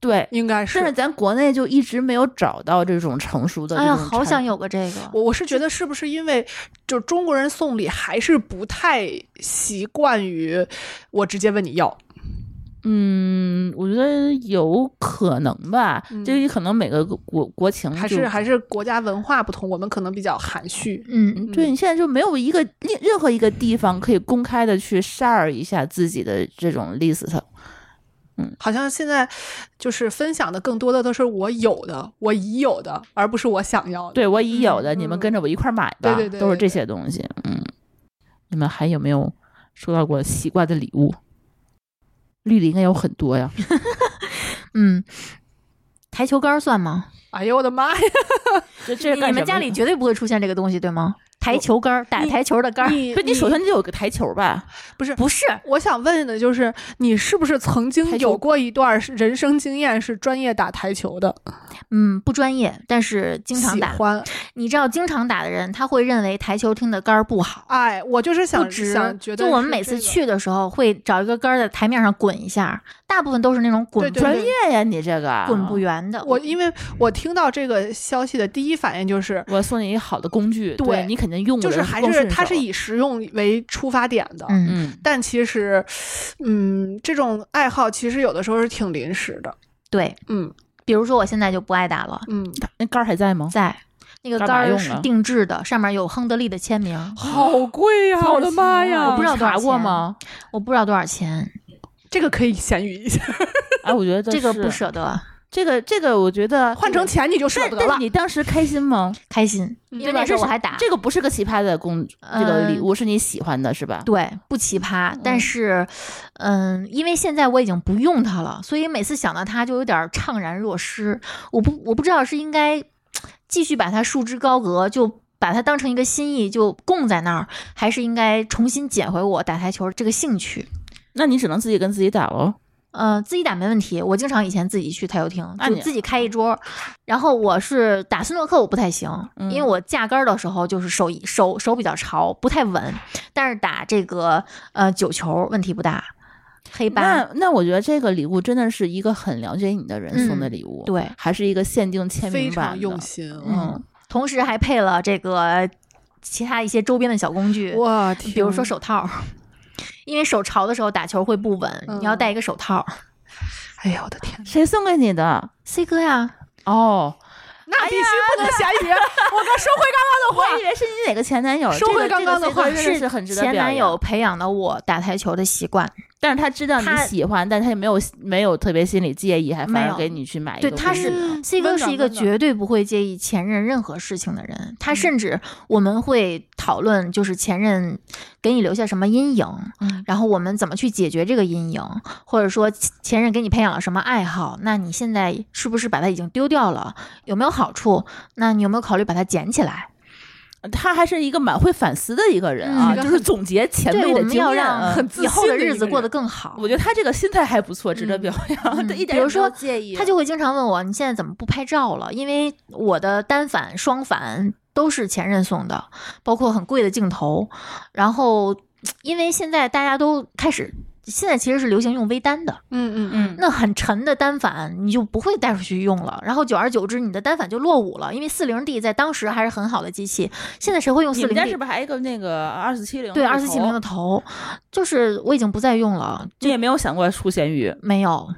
对，应该甚至是。咱国内就一直没有找到这种成熟的。哎呀，好想。有个这个。我我是觉得是不是因为就中国人送礼还是不太习惯于我直接问你要，嗯，我觉得有可能吧，嗯这也可能每个国国情还嗯就是还是国家文化不同，我们可能比较含蓄。嗯，对你现在就没有一个任任何一个嗯地方可以公开的去 share 一下自己的这种 list。好像现在就是分享的更多的都是我有的，我已有的，而不是我想要的。，对我已有的，嗯你们嗯跟着我一块儿买吧，对对对都是对这些东西。嗯，你们还有没有收到过奇怪的礼物？绿的应该有很多呀。嗯，台球杆儿算吗？哎呦我的妈呀！这这你们家里绝对不会出现这个东西，对吗？台球杆儿，打台球的杆儿，你不是你首先得有个台球吧？不是不是我想问的就是，你是不是曾经台球有过一段是人生经验是专业打台球的？嗯，不专业，但是经常喜打。欢。你知道，经常打的人，他会认为台球厅的杆儿不好，哎，我就是不想值想觉。得就我们是每这次个，去的时候，会找一个杆儿在台面上滚一下，大部分都是那种滚对啊不专业呀，你这个滚不。圆的。我因为我听到这个消息的第一反应就是，我送你一个好的工具，对对你肯定用就的是还更是顺手它是以实用为出发点的。嗯嗯，但其实，嗯，这种爱好其实有的时候是挺临时的。对，嗯比如说我现在就不爱打了，嗯，那杆儿还在吗？在那个干杆嘛儿用是啊定制的，上面有亨德利的签名， <laughs> 好贵呀、我的妈呀！我不知道多少查钱过吗？我不知道多少钱，这个可以闲鱼一下，哎，我 <laughs> 觉得这个是不，舍得，这个这个我觉得换成钱你就舍但不得但了嗯是。你当时开心吗？开心，因为那时候我还打。这个不是个奇葩的工，这个嗯礼物是你喜欢的是吧？对，不奇葩，但是，嗯，因为现在我已经不用它了，所以每次想到它就有点怅然若失。我不，我不知道是应该继续把它束之高阁，就把它当成一个心意就供在那儿，还是应该重新捡回我打台球这个兴趣。那你只能自己跟自己打喽。呃，自己打没问题。我经常以前自己去台球厅，那就你自己开 <laughs> 一桌。然后我是打斯诺克，我不太行，嗯因为我架杆儿的时候就是手手手比较潮，不太稳。但是打这个呃九球问题不大，黑八那那我觉得这个礼物真的是一个很了解你的人送的嗯礼物，对，还是一个限定签非名版常的。用心，嗯，同时还配了这个其他一些周边的小工具，哇，比如说天手套儿。因为手潮的时候打球会不稳，你要嗯戴一个手套儿。哎呦我的天，谁送给你的？ C <laughs> 哥呀，哦，哎那必须不能闲鱼！我刚收回刚刚的我话，以为是你哪个前男友。收回刚刚的话这个这个 C 哥真的是很值得前表男扬友，培养的我打台球的习惯。但是他知道你他喜欢，但他也没有没有特别心里介意，还没反有而给你去买一个对，礼物。他是嗯 C 哥温是暖一个温暖嗯绝对不会介意前任任何事情的人，他甚至我们会讨论，就是前任给你留下什么阴影，嗯然后我们怎么去解决这个阴影，或者说前前任给你培养了什么爱好，那你现在是不是把它已经丢掉了，有没有好处？那你有没有考虑把它捡起来？他还是一个蛮会反思的一个人啊，嗯就是总结前对，辈我的们经要验让啊。以后信的的一日个子过人得更好。我觉得他这个心态还不错，值得表扬。嗯对，一点也没比如有说介意，他就会经常问我，你现在怎么不拍照了？因为我的单反、双反都是前任送的，包括很贵的镜头。然后，因为现在大家都开始，现在其实是流行用微单的，嗯嗯嗯，那很沉的单反你就不会带出去用了。然后久而久之，你的单反就落伍了，因为四零 D 在当时还是很好的机器，现在谁会用你四们零家是 D？不是还有一个那个二四七零？啊对，二四七零的，头，就是我已经不再用了，你也没有想过出咸鱼。没有。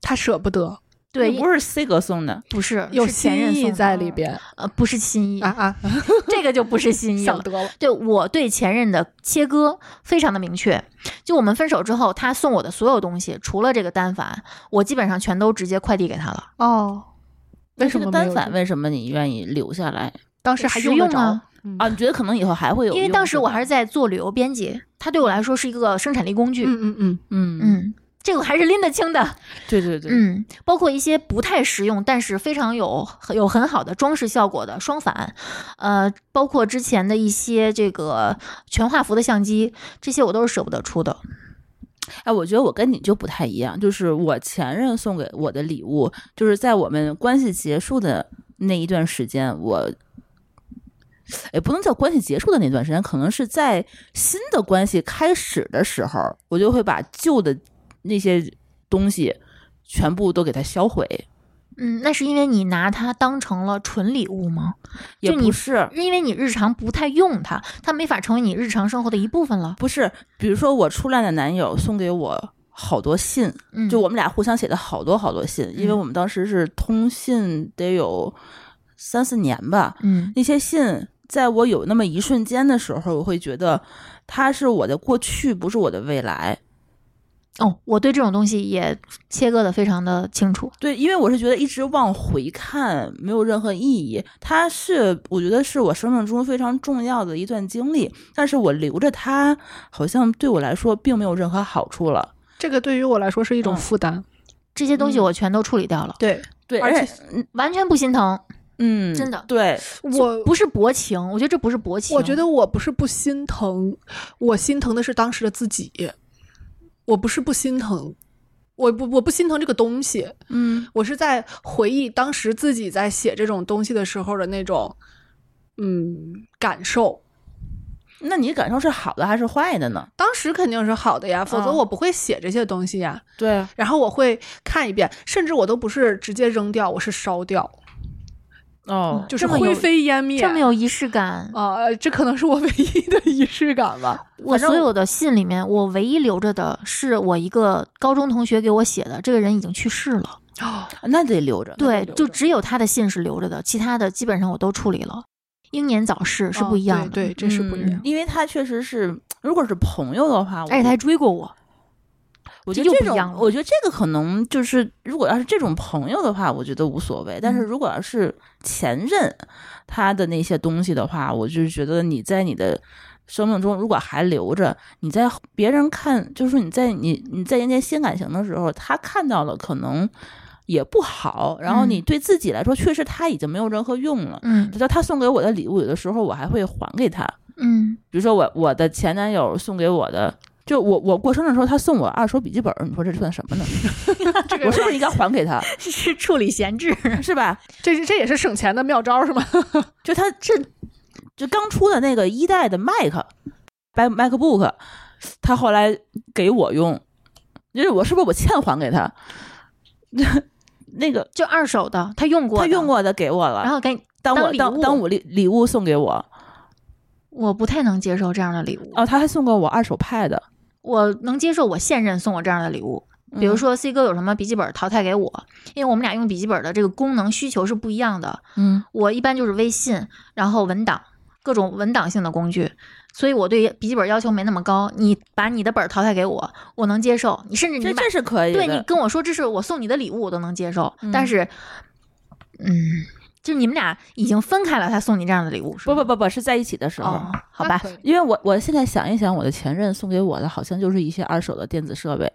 他舍不得，对，那不是 C 哥送的，不是有是前任心送意的在里边呃，不是心意，啊啊！嗯这个就不是心意想了。得了，对我对前任的切割非常的明确，就我们分手之后，他送我的所有东西，除了这个单反，我基本上全都直接快递给他了。哦，为什这么个没单有反？用？为什么你愿意留下来当时还实用得用着啊，嗯啊？你觉得可能以后还会有用？因为当时我吧还是在做旅游编辑，它对我来说是一个生产力工具。嗯嗯嗯，嗯嗯，嗯这个还是拎得清的。对对对，嗯，包括一些不太实用，但是非常有有很好的装饰效果的双反，呃，包括之前的一些这个全画幅的相机，这些我都是舍不得出的。哎，我觉得我跟你就不太一样，就是我前任送给我的礼物，就是在我们关系结束的那一段时间，我也不能叫关系结束的那段时间，可能是在新的关系开始的时候，我就会把旧的那些东西全部都给它销毁，嗯，那是因为你拿它当成了纯礼物吗？也就你不是。因为你日常不太用它，它没法成为你日常生活的一部分了。不是，比如说我初恋的男友送给我好多信，嗯，就我们俩互相写的好多好多信，因为嗯我们当时是通信得有三四年吧。嗯那些信，在我有那么一瞬间的时候，我会觉得它是我的过去，不是我的未来。哦，我对这种东西也切割的非常的清楚。对，因为我是觉得一直往回看没有任何意义，它是我觉得是我生命中非常重要的一段经历，但是我留着它，好像对我来说并没有任何好处了。这个对于我来说是一种嗯负担。这些东西嗯我全都处理掉了，对，对，而且完全不心疼。嗯，真的对，我不是薄情，我觉得这不是薄情。我觉得我不是不心疼，我心疼的是当时的自己。我不是不心疼，我不我不心疼这个东西，嗯我是在回忆当时自己在写这种东西的时候的那种，嗯，感受。那你感受是好的还是坏的呢？当时肯定是好的呀，否则嗯我不会写这些东西呀。对啊，然后我会看一遍，甚至我都不是直接扔掉，我是烧掉，哦，就是这么有灰飞烟灭。这么有仪式感。啊、这可能是我唯一的仪式感吧。我反正所有的信里面，我唯一留着的是我一个高中同学给我写的，这个人已经去世了。哦，那得留着。那对得留，着就只有他的信是留着的，其他的基本上我都处理了。英年早逝是不一样的，哦对，对，这是不一样嗯。因为他确实是，如果是朋友的话，我而且他还追过我。我这觉得又这不一样种，了我觉得这个可能就是，如果要是这种朋友的话，我觉得无所谓。但是嗯如果要是前任他的那些东西的话，我就觉得你在你的生命中如果还留着，你在别人看，就是说你在你你在人家新感情的时候，他看到了可能也不好，然后嗯你对自己来说，确实他已经没有任何用了。嗯直到他送给我的礼物，有的时候我还会还给他。嗯比如说我我的前男友送给我的，就我我过生日的时候，他送我二手笔记本儿，你说这算什么 <laughs> 呢？我是不是应该还给他？是处理闲置。是吧？这是这也是省钱的妙招是吗？就他这就刚出的那个一代的 Mac，白 MacBook，他后来给我用，就是我是不是我欠还给他？ <laughs> 那个就二手的，他用过，他用，过的给我了，然后给你当当我礼当物当我礼礼物送给我，我不太能接受这样的礼物。哦，他还送过我二手 Pad，我能接受我现任送我这样的礼物，比如说 C 哥有什么笔记本淘汰给我，因为我们俩用笔记本的这个功能需求是不一样的。嗯，我一般就是微信，然后文档，各种文档性的工具，所以我对笔记本要求没那么高。你把你的本儿淘汰给我，我能接受。你甚至这你把这是可以的，对你跟我说这是我送你的礼物，我都能接受。嗯但是，嗯，就你们俩已经分开了，他送你这样的礼物，是不吗不不不是在一起的时候，哦，好吧，因为我我现在想一想，我的前任送给我的好像就是一些二手的电子设备，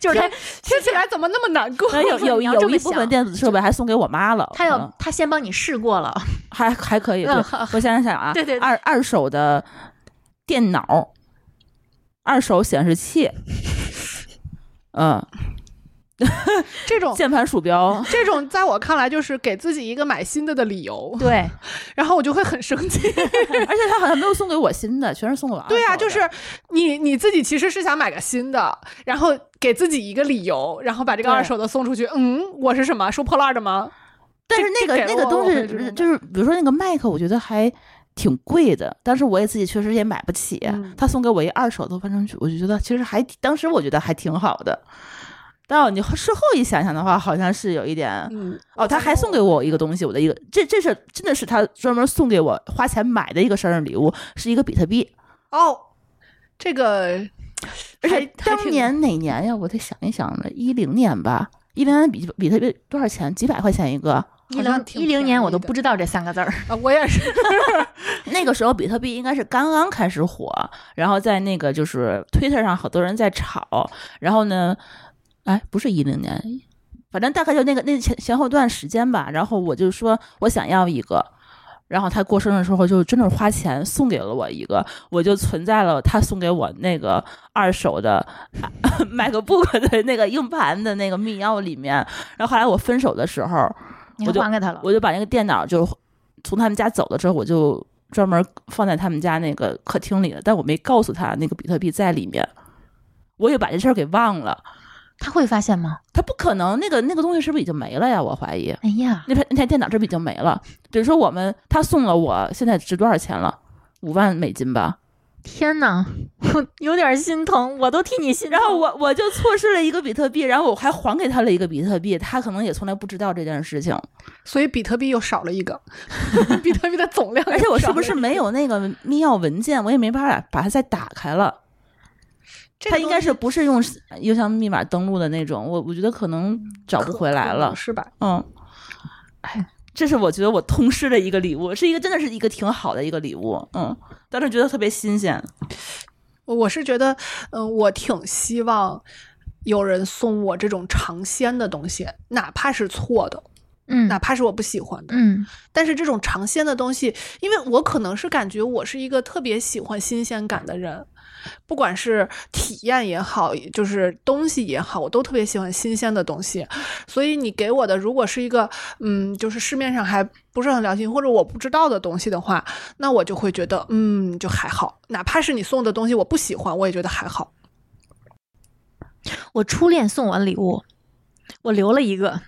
就是他 <laughs> 听起来怎么那么难过？然后有 <laughs> 有哦你要这有么一部分想电子设备还送给我妈了，他嗯要他先帮你试过了，还还可以。对嗯我想想啊， <laughs> 对对对二二手的电脑，二手显示器，嗯，这哦种键盘鼠标，这种在我看来就是给自己一个买新的的理由，对，然后我就会很生 <laughs> 气。而且他好像没有送给我新的，全是送给我二手的。对啊呀、就是你你自己其实是想买个新的，然后给自己一个理由，然后把这个对二手的送出去。嗯，我是什么收破烂的吗？但是这那这个给了那个我东我会这西呃种就是，比如说那个麦克，我觉得还挺贵的，但是我也自己确实也买不起。嗯他送给我一二手的翻上去，我就觉得其实还挺当时我觉得还挺好的。但你事后一想想的话，好像是有一点嗯，哦，他还送给我一个东西，我的一个这这是真的是他专门送给我花钱买的一个生日礼物，是一个比特币。哦，这个而且还还当挺年哪年呀？我得想一想了，一零年吧，一零年比比特币多少钱？几百块钱一个。一好像零挺一零年我都便宜的不知道这三个字儿，啊，我也是那个时候比特币应该是刚刚开始火，然后在那个就是 Twitter 上好多人在炒，然后呢，哎，不是一零年，反正大概就那个那前前后段时间吧。然后我就说我想要一个，然后他过生日的时候就真的花钱送给了我一个，我就存在了他送给我那个二手的 <laughs> MacBook 的那个硬盘的那个密钥里面。然后后来我分手的时候，你我就还给他了。我就把那个电脑就从他们家走了之后，我就专门放在他们家那个客厅里了，但我没告诉他那个比特币在里面，我也把这事儿给忘了。他会发现吗？他不可能，那个那个东西是不是已经没了呀？我怀疑哎 <laughs> 呀，那台那台电脑是不是已经没了？比如说我们他送了我，现在值多少钱了？五万美金吧。天哪， <laughs> 我有点心疼，我都替你心疼。然后我我就错失了一个比特币，然后我还还给他了一个比特币，他可能也从来不知道这件事情。所以比特币又少了 <laughs> 一个，比特币的总量又少了而一个，且我是不是没有那个密钥文件，我也没办法把它再打开了。这他个东西？应该是不是用邮箱密码登录的那种？我我觉得可能找不回来嗯可了能。是吧？嗯，哎，这是我觉得我痛失的一个礼物，是一个真的是一个挺好的一个礼物。嗯，当时觉得特别新鲜。我是觉得，嗯、我挺希望有人送我这种尝鲜的东西，哪怕是错的，嗯哪怕是我不喜欢的。嗯但是这种尝鲜的东西，因为我可能是感觉我是一个特别喜欢新鲜感的人，不管是体验也好，就是东西也好，我都特别喜欢新鲜的东西。所以你给我的如果是一个嗯，就是市面上还不是很流行或者我不知道的东西的话，那我就会觉得嗯，就还好。哪怕是你送的东西我不喜欢，我也觉得还好。我初恋送我的礼物，我留了一个，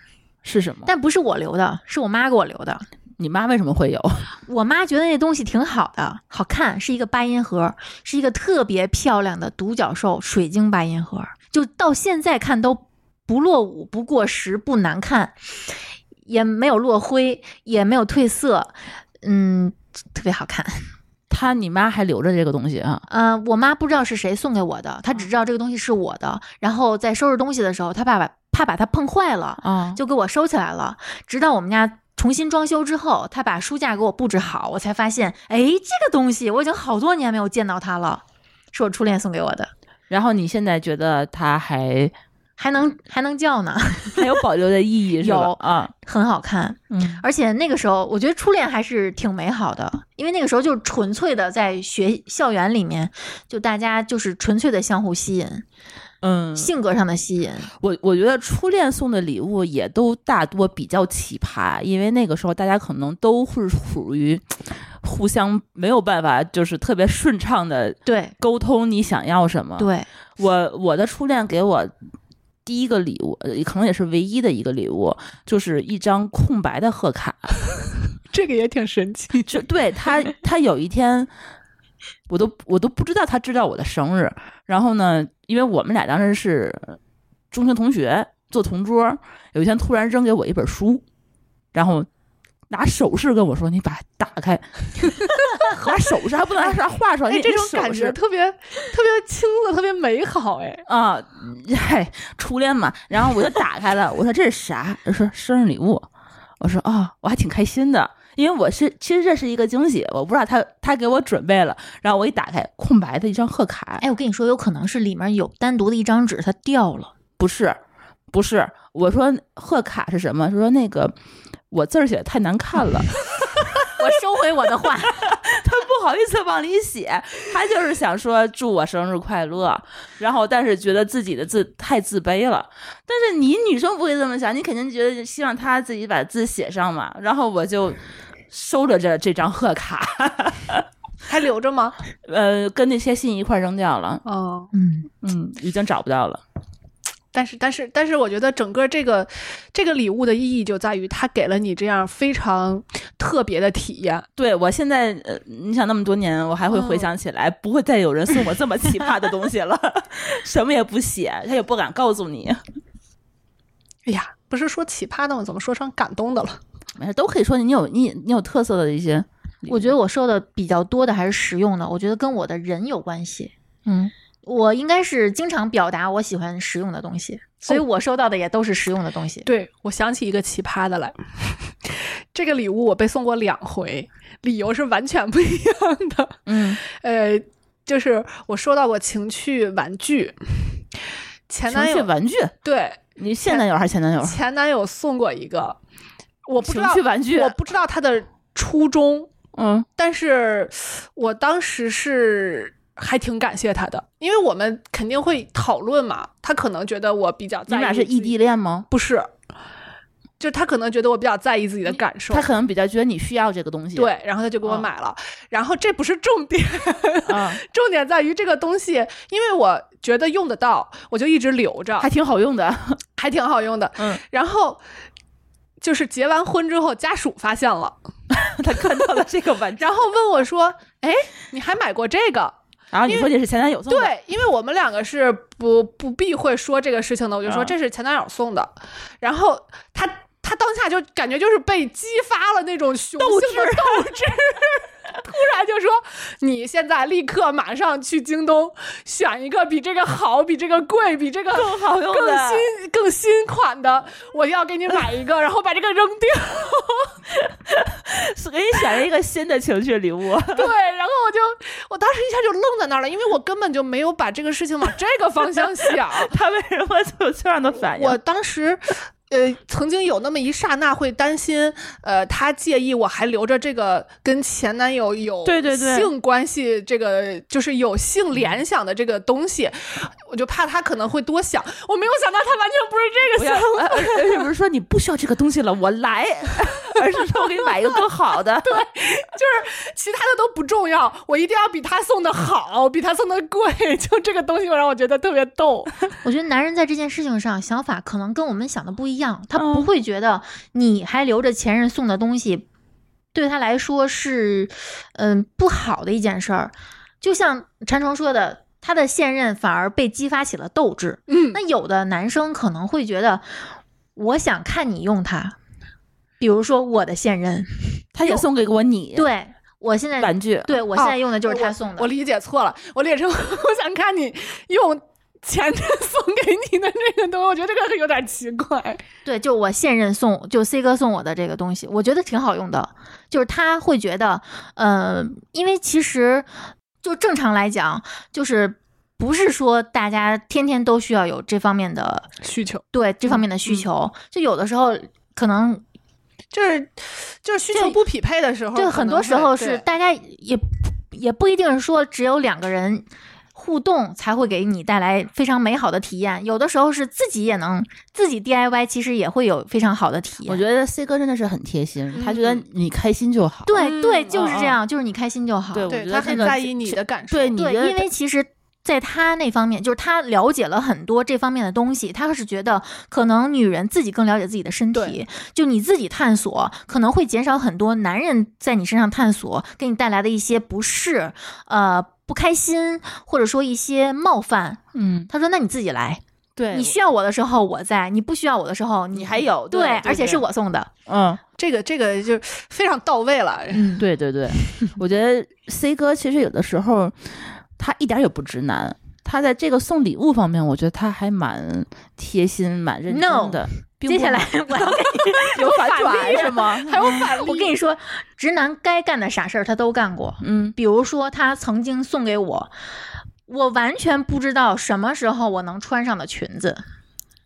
是什么？但不是我留的，是我妈给我留的。你妈为什么会有？ <laughs> 我妈觉得那东西挺好的，好看，是一个八音盒，是一个特别漂亮的独角兽水晶八音盒，就到现在看都不落伍、不过时、不难看，也没有落灰，也没有褪色，嗯，特别好看。她你妈还留着这个东西啊？嗯，我妈不知道是谁送给我的，她只知道这个东西是我的，然后在收拾东西的时候，她怕把怕把它碰坏了，哦啊，就给我收起来了。直到我们家重新装修之后，他把书架给我布置好，我才发现，哎，这个东西我已经好多年没有见到它了，是我初恋送给我的，然后你现在觉得她 <laughs> 还还能还能叫呢， <laughs> 还有保留的意义是吧？有啊，很好看。嗯，而且那个时候，我觉得初恋还是挺美好的，因为那个时候就纯粹的在学校园里面，就大家就是纯粹的相互吸引，嗯，性格上的吸引。我我觉得初恋送的礼物也都大多比较奇葩，因为那个时候大家可能都是属于互相没有办法，就是特别顺畅的对沟通你想要什么。对，我我的初恋给我第一个礼物，呃可能也是唯一的一个礼物，就是一张空白的贺卡。这个也挺神奇。 <laughs> 就对他，他有一天，我都我都不知道他知道我的生日。然后呢，因为我们俩当时是中学同学，做同桌，有一天突然扔给我一本书，然后拿手势跟我说：“你把它打开。” <laughs> 拿手势还不能拿啥画出来，哎，你这种手感觉势特别特别清涩，特别美好。哎，啊， <laughs> 嗨，初恋嘛。然后我就打开了，我说这是啥？他说生日礼物。我说哦，我还挺开心的，因为我是其实这是一个惊喜，我不知道他他给我准备了。然后我一打开，空白的一张贺卡，哎，我跟你说，有可能是里面有单独的一张纸，它掉了。不是，不是，我说贺卡是什么？他说那个我字儿写的太难看了，我收回我的话，他不好意思往里写，他就是想说祝我生日快乐，然后但是觉得自己的字太自卑了。但是你女生不会这么想，你肯定觉得希望他自己把字写上嘛。然后我就收着这这张贺卡，还留着吗？呃，跟那些信一块扔掉了，哦，嗯。嗯，已经找不到了。但是，但是，但是，我觉得整个这个这个礼物的意义就在于它给了你这样非常特别的体验。对我现在，呃，你想那么多年，我还会回想起来，不会再有人送我这么奇葩的东西了， <laughs> 什么也不写，他也不敢告诉你，哎呀，不是说奇葩的吗？怎么说成感动的了？没事都可以说你有你你有特色的一些。我觉得我收的比较多的还是实用的，我觉得跟我的人有关系。嗯，我应该是经常表达我喜欢实用的东西，所哦以我收到的也都是实用的东西。对，我想起一个奇葩的来， <laughs> 这个礼物我被送过两回，理由是完全不一样的。嗯，呃，就是我收到过情趣玩具，前情男趣友玩具，对你现男友还是前男友？前男友送过一个，我不知情道趣，玩具我，不知道他的初衷。嗯但是我当时是还挺感谢他的，因为我们肯定会讨论嘛。他可能觉得我比较你在们意俩自是己异地，恋吗？不是，就他可能觉得我比较在意自己的感嗯受他。可能比较觉得你需要这个东西。对，然后他就给我嗯买了。然后这不是重点， <laughs> 啊，重点在于这个东西，因为我觉得用得到，我就一直留 <laughs> 着，还挺好用的。还挺好用的。嗯，然后就是结完婚之后，家属发现了， <laughs> 他看到了这个玩具，然后问我说：“哎，你还买过这个？”然后你说这是前男友送的，，对，因为我们两个是不不避讳说这个事情的，我就说嗯这是前男友送的，然后他他当下就感觉就是被激发了那种雄性的斗志，突然就说你现在立刻马上去京东选一个比这个好、比这个贵、比这个更好用更的。新更新款的，我要给你买 <laughs> 一个，然后把这个扔掉。是给你选了一个新的情趣礼物， <laughs> 对，然后我就我当时一下就愣在那儿了，因为我根本就没有把这个事情往这个方向想。他为什么就有这样的反应？我当时呃，曾经有那么一刹那会担心，呃，她介意我还留着这个跟前男友有对对对嗯性关系，这个就是有性联想的这个东西，我就怕她可能会多想。我没有想到她完全不是这不 <laughs> 个要，想法。而而且不是说你不需要这个东西了，我来， <laughs> 而是说我给你买一个更好的。对，就是其他的都不重要，我一定要比他送的好，比他送的贵， <laughs> 就这个东西让我觉得特别 <laughs> 逗。我觉得男人在这件事情上想法可能跟我们想的不一样，他嗯不会觉得你还留着前任送的东西，对他来说是嗯不好的一件事儿。就像馋虫说的，他的现任反而被激发起了斗志。嗯，那有的男生可能会觉得，我想看你用它，比如说我的现任，他也送给我你对我现在玩具，对我现在哦用的就是他我送的。我理解错了，我理解成 <laughs> 我想看你用前任 <laughs> 送给你的这个东西，我觉得这个有点奇怪。对，就我现任送，就 C 哥送我的这个东西，我觉得挺好用的。就是他会觉得，呃，因为其实就正常来讲，就是不是说大家天天都需要有这方面的需求对这方面的需嗯求，就有的时候可能就是就是需就求不匹配的时候，对哦可很能多时候会是对大家也也不一定是说只有两个人。互动才会给你带来非常美好的体验，有的时候是自己也能自己 DIY，其实也会有非常好的体验。我觉得 C 哥真的是很贴心，嗯他觉得你开心就好。对对，嗯就是嗯这样，就是你开心就好。对我觉对得他这很个在是意你是的感受。对你对，觉得因为其实在他那方面，就是他了解了很多这方面的东西，他是觉得可能女人自己更了解自己的身体对，就你自己探索，可能会减少很多男人在你身上探索给你带来的一些不适，呃。不开心，或者说一些冒犯，嗯，他说：“那你自己来，对你需要我的时候我在，你不需要我的时候你你还有对，对对而且对是我送的，嗯，这个这个就非常到位了。嗯，对对 <laughs> 对，我觉得 C 哥其实有的时候他一点儿也不直男，他在这个送礼物方面，我觉得他还蛮贴心、蛮认真的。并接不下来忙我要给 <laughs> 你有反例转是吗？ <laughs> 还有反例，嗯我跟你说，直男该干的傻事儿他都干过，嗯，比如说他曾经送给我，我完全不知道什么时候我能穿上的裙子，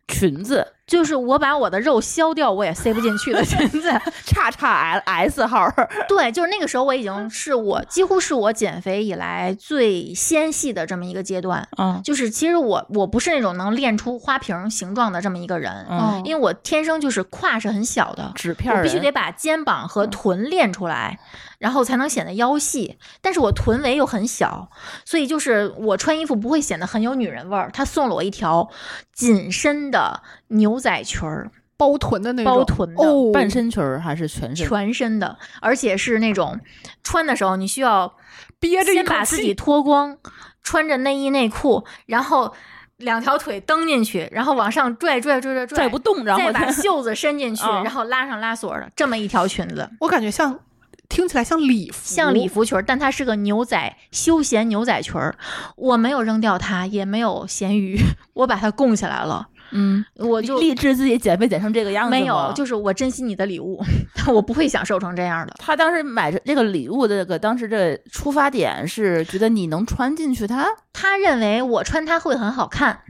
裙子就是我把我的肉削掉我也塞不进去的裙子。 <laughs> 叉叉 L S 号儿，对，就是那个时候我已经是我几乎是我减肥以来最纤细的这么一个阶段。嗯就是其实我我不是那种能练出花瓶形状的这么一个人，嗯，因为我天生就是胯是很小的，纸片我儿必须人嗯得把肩膀和臀练出来，然后才能显得腰细。但是我臀围又很小，所以就是我穿衣服不会显得很有女人味儿。他送了我一条紧身的牛仔裙儿，包臀的那种包臀的。哦，半身裙儿还是全身？全身的，而且是那种穿的时候，你需要憋着一先口把自己气，脱光，穿着内衣内裤，然后两条腿蹬进去，然后往上拽拽拽拽拽，拽不动，然再后把他袖子伸进去，嗯然后拉上拉锁的这么一条裙子。我感觉像听起来像礼服，哦像礼服裙儿，但它是个牛仔休闲牛仔裙儿，我没有扔掉它，也没有咸鱼， <laughs> 我把它供起来了， <laughs> 嗯，我就励志自己减肥减成这个样子吗，没有，就是我珍惜你的礼物， <laughs> 但我不会享受成这样的。他当时买这个礼物的这个当时这出发点是觉得你能穿进去它他认为我穿它会很好看，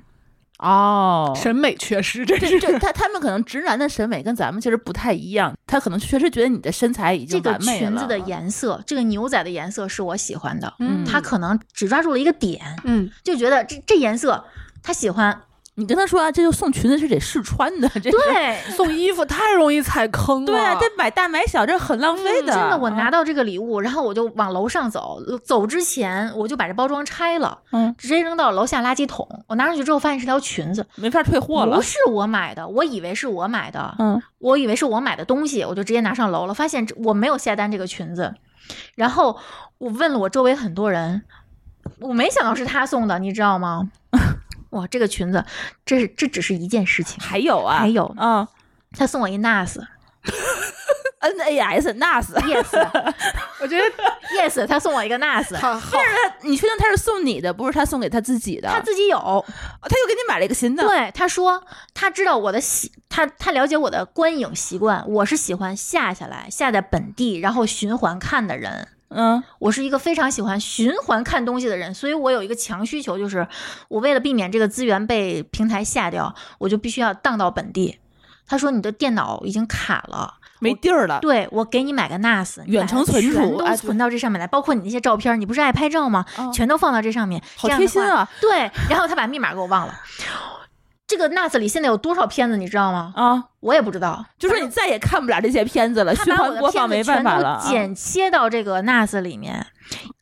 哦审美缺失，<laughs> 这这是 <laughs> 这他他们可能直男的审美跟咱们其实不太一样，他可能确实觉得你的身材已这经个完美了。啊裙子的颜色，这个牛仔的颜色是我喜欢的，嗯他可能只抓住了一个点，嗯，就觉得这这颜色他喜欢，你跟他说啊，这就送裙子是得试穿的，这对。送衣服太容易踩坑了，对啊，这买大买小这很浪费嗯的。嗯啊真的，我拿到到这个礼物，然后我就往楼上走。走之前，我就把这包装拆了，嗯直接扔到楼下垃圾桶。我拿上去之后，发现是条裙子，没法退货了不。是我买的，我以为是我买的，嗯，我以为是我买的东西，我就直接拿上楼了。发现这我没有下单这个裙子，然后我问了我周围很多人，我没想到是他送的，你知道吗？ <laughs> 哇，这个裙子，这是这只是一件事情，还有啊，还有啊他送我一 NARS。 ，N A S NAS， yes 我觉得 yes，他送我一个 NARS， <laughs> 好好你确定他是送你的，不是他送给他自己的？他自己有，他又给你买了一个新的。对，他说他知道我的喜，他他了解我的观影习惯，我是喜欢下下来下在本地，然后循环看的人。嗯，我是一个非常喜欢循环看东西的人，所以我有一个强需求，就是我为了避免这个资源被平台下掉，我就必须要荡到本地。他说你的电脑已经卡了，没地儿了。对我给你买个 NAS，你远把程存全储哎都对存到这上面来，包括你那些照片，你不是爱拍照吗？嗯全都放到这上面，好这样贴的心话啊！对，然后他把密码给我忘了。这个 NAS 里现在有多少片子，你知道吗？啊，我也不知道。就说你再也看不了这些片子了，他循把我环播的放片没子办全法了都啊。剪切到这个 NAS 里面，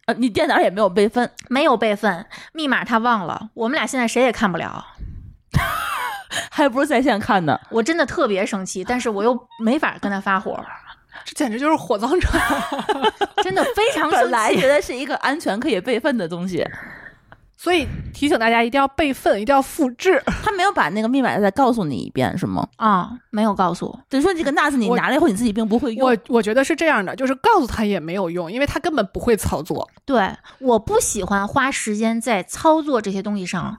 啊你电脑也没有备份，没有备份，密码他忘了。我们俩现在谁也看不了。还不如在线看呢。我真的特别生气，但是我又没法跟他发火，这简直就是火葬场。 <laughs> 真的非常生 <laughs> 本来觉气。得是一个安全可以备份的东西，所以提醒大家一定要备份，一定要复制。他没有把那个密码再告诉你一遍，是吗？啊、没有告诉我。等于说这个 NAS 你我拿了以后你自己并不会用我，我觉得是这样的，就是告诉他也没有用，因为他根本不会操作。对，我不喜欢花时间在操作这些东西上，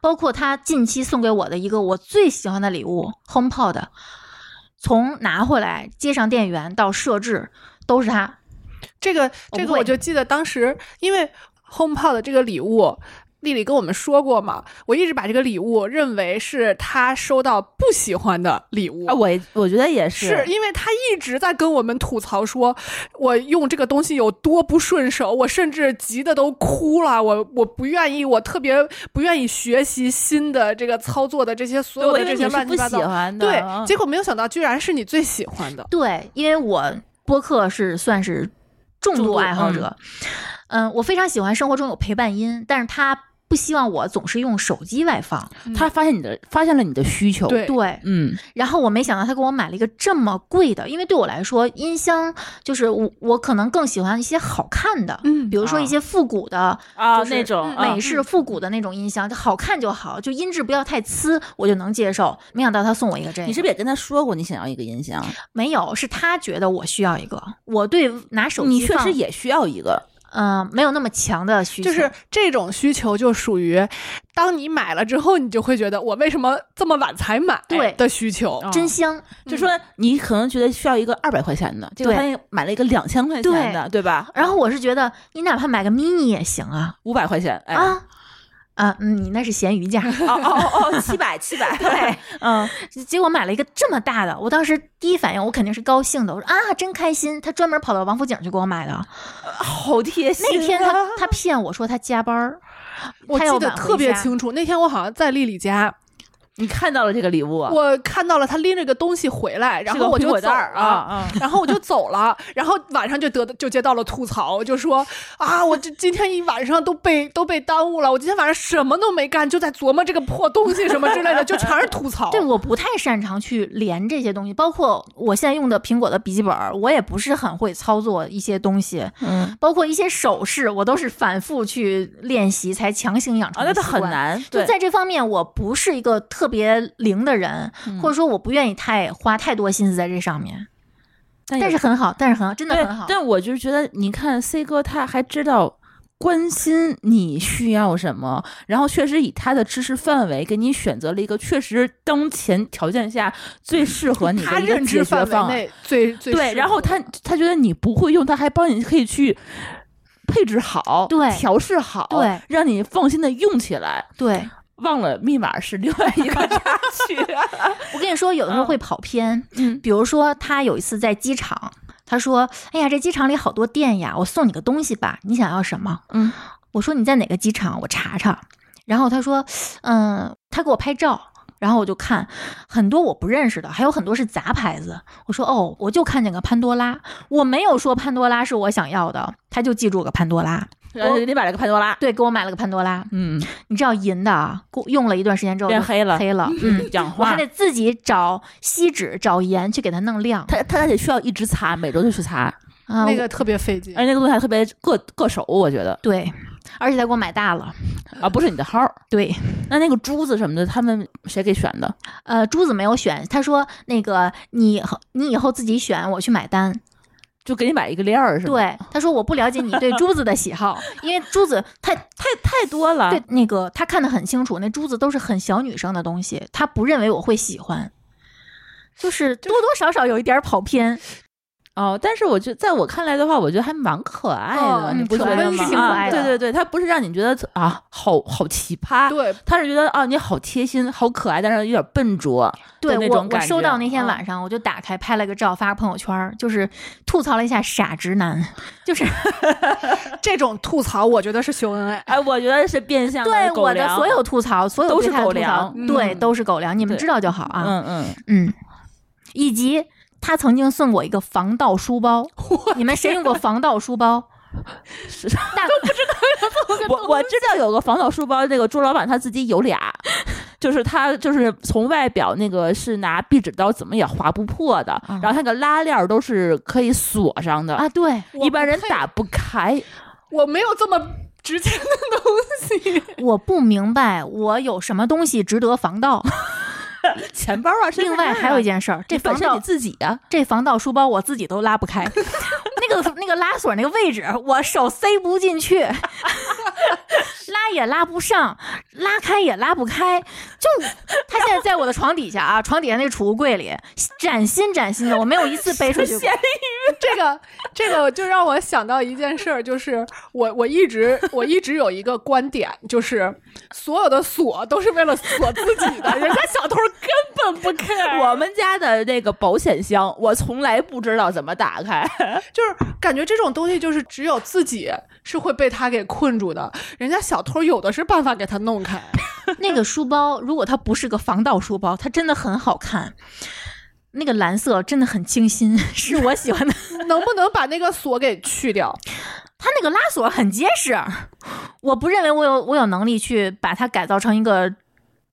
包括他近期送给我的一个我最喜欢的礼物 HomePod，从拿回来接上电源到设置都是他。这个我这不个，会我就记得当时因为 HomePod 的这个礼物。丽丽跟我们说过嘛，我一直把这个礼物认为是她收到不喜欢的礼物。啊，我也我觉得也是因为他一直在跟我们吐槽说，我用这个东西有多不顺手，我甚至急得都哭了，我我不愿意，我特别不愿意学习新的这个操作的这些所对有我的以为你这些是乱不七八喜糟。欢的，啊对，结果没有想到居然是你最喜欢的。对，因为我播客是算是重重度度爱好者，嗯我非常喜欢生活中有陪伴音，但是他不希望我总是用手机外放。他发现你的发现了你的需求，对对，嗯，然后我没想到他给我买了一个这么贵的，因为对我来说，音箱就是我我可能更喜欢一些好看的，嗯比如说一些复古的、啊就是那种嗯啊美式复古的那种音箱，就好看就好，就音质不要太呲，我就能接受。没想到他送我一个这个，你是不是也跟他说过你想要一个音箱？没有？是他觉得我需要一个，我对拿手你机确放实也需要一个，嗯、没有那么强的需求，就是这种需求，就属于当你买了之后，你就会觉得我为什么这么晚才买对的需求。哦真香。就说嗯你可能觉得需要一个二百块钱的，结果他买了一个两千块钱的，对吧？然后我是觉得你哪怕买个 mini 也行啊五百块钱，哎，哦啊啊，嗯你那是闲鱼价。哦哦，七百七百， <laughs> 对， <laughs> 嗯，结果买了一个这么大的，我当时第一反应我肯定是高兴的，我说啊真开心。他专门跑到王府井去给我买的。好贴心啊。那天他他骗我说他加班儿，我他要记得晚回特别家清楚，那天我好像在丽丽家，你看到了这个礼物啊，我看到了她拎着个东西回来，然是个后我苹就果走袋儿了啊，啊然后我就走了，然后晚上就得就接到了吐槽，就说啊，我这今天一晚上都被都被耽误了，我今天晚上什么都没干，就在琢磨这个破东西什么之类的，就全是吐槽。对，我不太擅长去连这些东西，包括我现在用的苹果的笔记本儿，我也不是很会操作一些东西，嗯，包括一些手势，我都是反复去练习才强行养成啊，的那习他惯。很难，就对，在这方面，我不是一个特别灵的人，嗯或者说我不愿意太花太多心思在这上面。但但也是很好，但是很好，真的对很好。但我就觉得，你看 C 哥他还知道关心你需要什么，然后确实以他的知识范围给你选择了一个确实当前条件下最适合你他的一个认解知决范方围案。内最最对，适然后合他他觉得你不会用，他还帮你可以去。配置好，对调试好，对，让你放心的用起来。对忘了密码是另外一个插曲、我跟你说，有的时候嗯会跑偏。嗯比如说他有一次在机场，他说：“哎呀，这机场里好多店呀，我送你个东西吧，你想要什么？”嗯，我说你在哪个机场，我查查。然后他说：“嗯，他给我拍照。”然后我就看很多我不认识的，还有很多是杂牌子。我说哦，我就看见个潘多拉，我没有说潘多拉是我想要的，他就记住个潘多拉，然后你买了个潘多拉，对，给我买了个潘多拉。嗯，你知道银的啊，过用了一段时间之后变就黑了黑了， <laughs> 嗯，讲我话还得自己找锡纸、找盐去给它弄亮。他他得需要一直擦，每周就去擦，啊那我个特别费劲而。且那个东西还特别硌硌手，我觉得对，而且他给我买大了。啊，不是你的号儿。对，那那个珠子什么的，他们谁给选的？呃，珠子没有选，他说那个你以后你以后自己选，我去买单。就给你买一个链儿是吗？，对，他说我不了解你对珠子的喜好，因为珠子他太太多了。对那个他看得很清楚，那珠子都是很小女生的东西，他不认为我会喜欢，就是多多少少有一点儿跑偏。哦，但是我觉得在我看来的话，我觉得还蛮可爱的，哦你不嗯觉可爱得温吗？馨可啊爱的对对对，它不是让你觉得啊，好好奇葩，对，他是觉得啊，你好贴心，好可爱，但是有点笨拙，对那我种，我感觉。收到那天嗯晚上，我就打开拍了个照，发个朋友圈儿，就是吐槽了一下傻直男，就是这种吐槽我觉得是秀恩爱。哎，我觉得是变相对狗我的粮所有吐槽，所有都对是他的狗吐槽粮对，嗯都是狗粮，你们对知道就好啊。嗯嗯，嗯，以及他曾经送我一个防盗 <laughs> 书包，你们谁用过防盗书包？是那我我知道有个防盗书包，那个朱老板他自己有俩，就是他就是从外表那个是拿壁纸刀怎么也划不破的，嗯然后那个拉链儿都是可以锁上的，啊，对我一般人不配打不开。我没有这么值钱的东西。我不明白，我有什么东西值得防盗？钱包啊，身另份外证还有啊一件事儿，这你本防身盗你自己啊，这防盗书包我自己都拉不开，那个那个拉锁那个位置我手塞不进去，拉也拉不上，拉开也拉不开。就它现在在我的床底下啊，床底下那个储物柜里，崭新崭新的，我没有一次背出去过。这个这个就让我想到一件事儿，就是我我一直我一直有一个观点，就是所有的锁都是为了锁自己的，人家小偷根本不 <laughs> care。我们家的那个保险箱，我从来不知道怎么打开。就是感觉这种东西就是只有自己是会被他给困住的，人家小偷有的是办法给他弄开。那个书包，如果它不是个防盗书包，它真的很好看。那个蓝色真的很清新，是我喜欢的。能不能把那个锁给去掉？它那个拉锁很结实，我不认为我有我有能力去把它改造成一个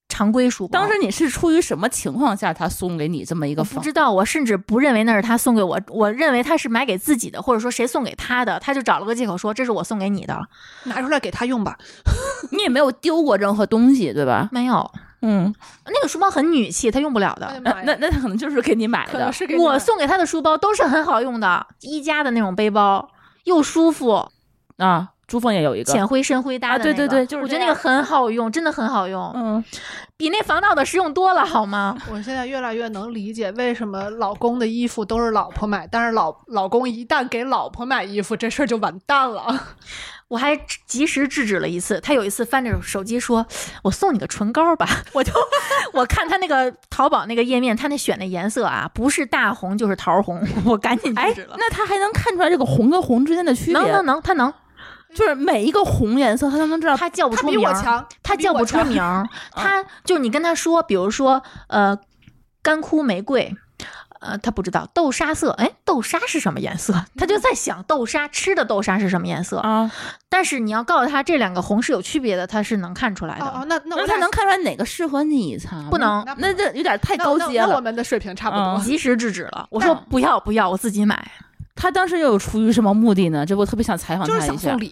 常规书包。当时你是出于什么情况下他送给你这么一我个不房？知道，我甚至不认为那是他送给我，我认为他是买给自己的，或者说谁送给他的，他就找了个借口说这是我送给你的。拿出来给他用吧。你也没有丢过任何东西，对吧？没有，嗯，那个书包很女气，他用不了哎呀的。妈那呀那那他可能就是给你买可能的。是给你我买送给他的书包都是很好用的，一加的那种背包，又舒服，啊，珠峰也有一个。浅灰深灰搭啊的、那对个对对就是我这觉样得那个很好用，真的很好用，嗯，比那防盗的实用多了，好吗？ <laughs> 我现在越来越能理解为什么老公的衣服都是老婆买，但是老老公一旦给老婆买衣服，这事儿就完蛋了。我还及时制止了一次。他有一次翻着手机说：“我送你个唇膏吧。” <laughs> 我就我看他那个淘宝那个页面，他那选的颜色啊，不是大红就是桃红， <laughs> 我赶紧制哎止了，。那他还能看出来这个红跟红之间的区别？能能能，他能，就是每一个红颜色他都能知道。他叫不啊他出比名我儿，强，他比叫我不出强 <laughs> 啊名儿。他就是你跟他说，比如说呃，干枯玫瑰。呃，他不知道豆沙色，哎，豆沙是什么颜色？他就在想豆沙吃的豆沙是什么颜色。啊，但是你要告诉他这两个红是有区别的，他是能看出来的。哦哦，那那我那俩他能看出来哪个适合你才？不能那那这有点太那高那阶那我了。们的水平差不多。嗯及时制止了。我说但不要不要，我自己买。他当时又有出于什么目的呢？这我特嗯别想采访就是他一想下送，礼，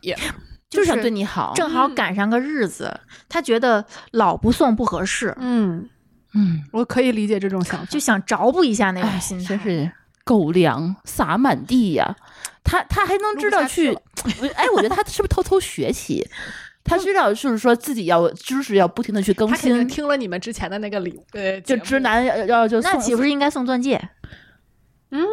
就是是想对你好。正好嗯赶上个日子，他觉得老不送不合适，嗯，嗯，我可以理解这种想法。就想着补一下那种哎，心态。真是狗粮撒满地呀、他他还能不知道下去去，我哎，我觉得他是不是偷偷学习？他知道就是说自己要知识要不停的去更他肯定新，听了你们之前的那个礼物，呃，就节目直。男要要就那送岂不是应该送钻戒？嗯，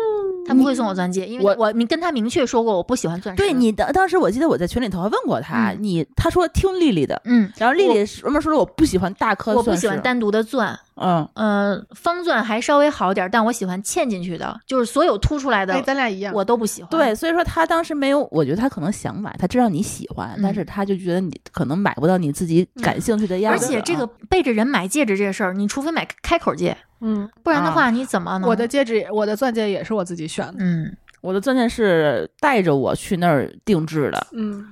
他不会送我钻戒，因为我我你跟他明确说过我不喜欢钻石。对，你的当时我记得我在群里头还问过他，嗯你他说听丽丽的，嗯，然后丽丽专门说了我不喜欢大颗我钻石，不喜欢单独的钻，嗯，嗯，方钻还稍微好点儿，但我喜欢嵌进去的，就是所有凸出来哎，的咱俩一样。我都不喜欢。对，所以说他当时没有，我觉得他可能想买，他知道你喜欢，但嗯是他就觉得你可能买不到你自己感兴趣的样而子啊、且这个背着人买戒指这事儿，你除非买开口戒，嗯，不然的啊话你怎么能？我的戒指也，我的钻戒也是我自己选的。嗯，我的钻戒是带着我去那儿定制的，嗯，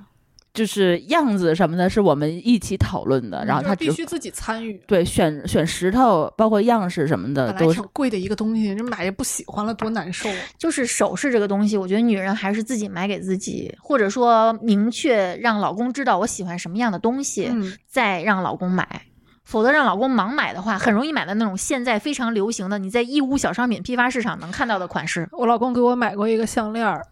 就是样子什么的，是我们一起讨论的。嗯然后啊就他是必只须自己参与。对选选石头，包括样式什么的本来呃都是挺贵的一个东西，这买着不喜欢了，多难受啊！就是首饰这个东西，我觉得女人还是自己买给自己，或者说明确让老公知道我喜欢什么样的东西，嗯，再让老公买。否则让老公盲买的话，很容易买到那种现在非常流行的，你在义乌小商品批发市场能看到的款式。我老公给我买过一个项链儿，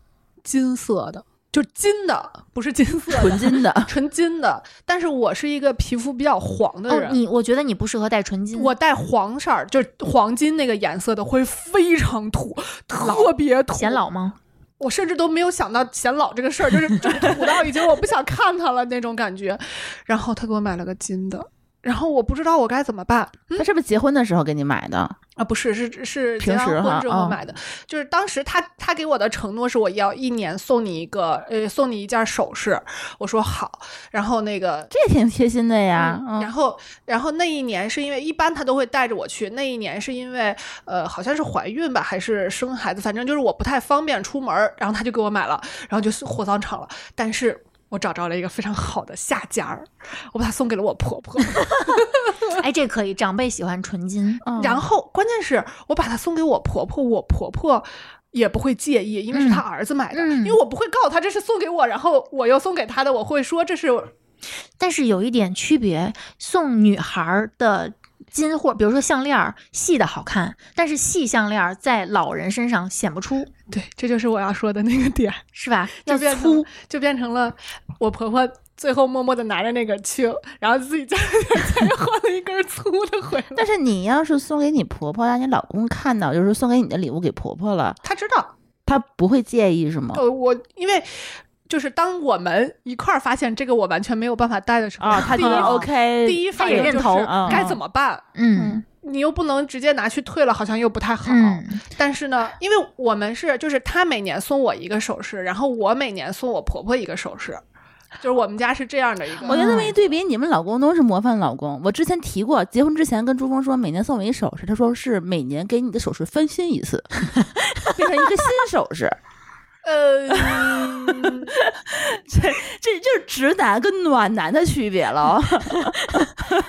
金色的，就金的，不是金色的，，纯金的纯金的。但是我是一个皮肤比较黄的哦人，，你我觉得你不适合戴纯嗯金，我戴黄色儿，就是黄金那个颜色的会非常土，特别土，显老吗？我甚至都没有想到显老这个事儿，就是 <laughs> 就土到已经我不想看它了那种感觉。然后他给我买了个金的，然后我不知道我该怎么办他是不是结婚的时候给你买的？啊！不是，是是结平时完婚哈之后嗯买的，就是当时他他给我的承诺是我要一年送你一个呃送你一件首饰，我说好，然后那个这也挺贴心的呀。嗯嗯然后，然后那一年是因为一般他都会带着我去，那一年是因为呃好像是怀孕吧，还是生孩子，反正就是我不太方便出门儿，然后他就给我买了，然后就是火葬场了。但是我找着了一个非常好的下家儿，我把它送给了我婆婆，哎，这可以，长辈喜欢纯金，嗯然后关键是我把它送给我婆婆，我婆婆。也不会介意，因为是他儿子买的，嗯因为我不会告诉他这是送给我，然后我又送给他的，我会说这是但是有一点区别，送女孩儿的金或比如说项链儿细的好看，但是细项链儿在老人身上显不出，对，这就是我要说的那个点。是吧？就要变成粗了，就变成了我婆婆最后默默的拿着那个去，然后自己家里边儿再换了一根粗的回来。但是你要是送给你婆婆，让你老公看到，就是送给你的礼物给婆婆了，她知道，她不会介意是吗？呃，我因为就是当我们一块儿发现这个我完全没有办法带的时候，啊，她第觉一得 OK，第一她反也应认就是同嗯该嗯怎么办？嗯你又不能直接拿去退了，好像又不太好。嗯，但是呢，因为我们是就是她每年送我一个首饰，然后我每年送我婆婆一个首饰，就是我们家是这样的一个。我觉得这么一对比，你们老公都是模范老公。我之前提过，结婚之前跟朱峰说每年送我一首饰，他说是每年给你的首饰翻新一次， <laughs> 变成一个新首饰。呃， <laughs> <laughs> 这就是直男跟暖男的区别了。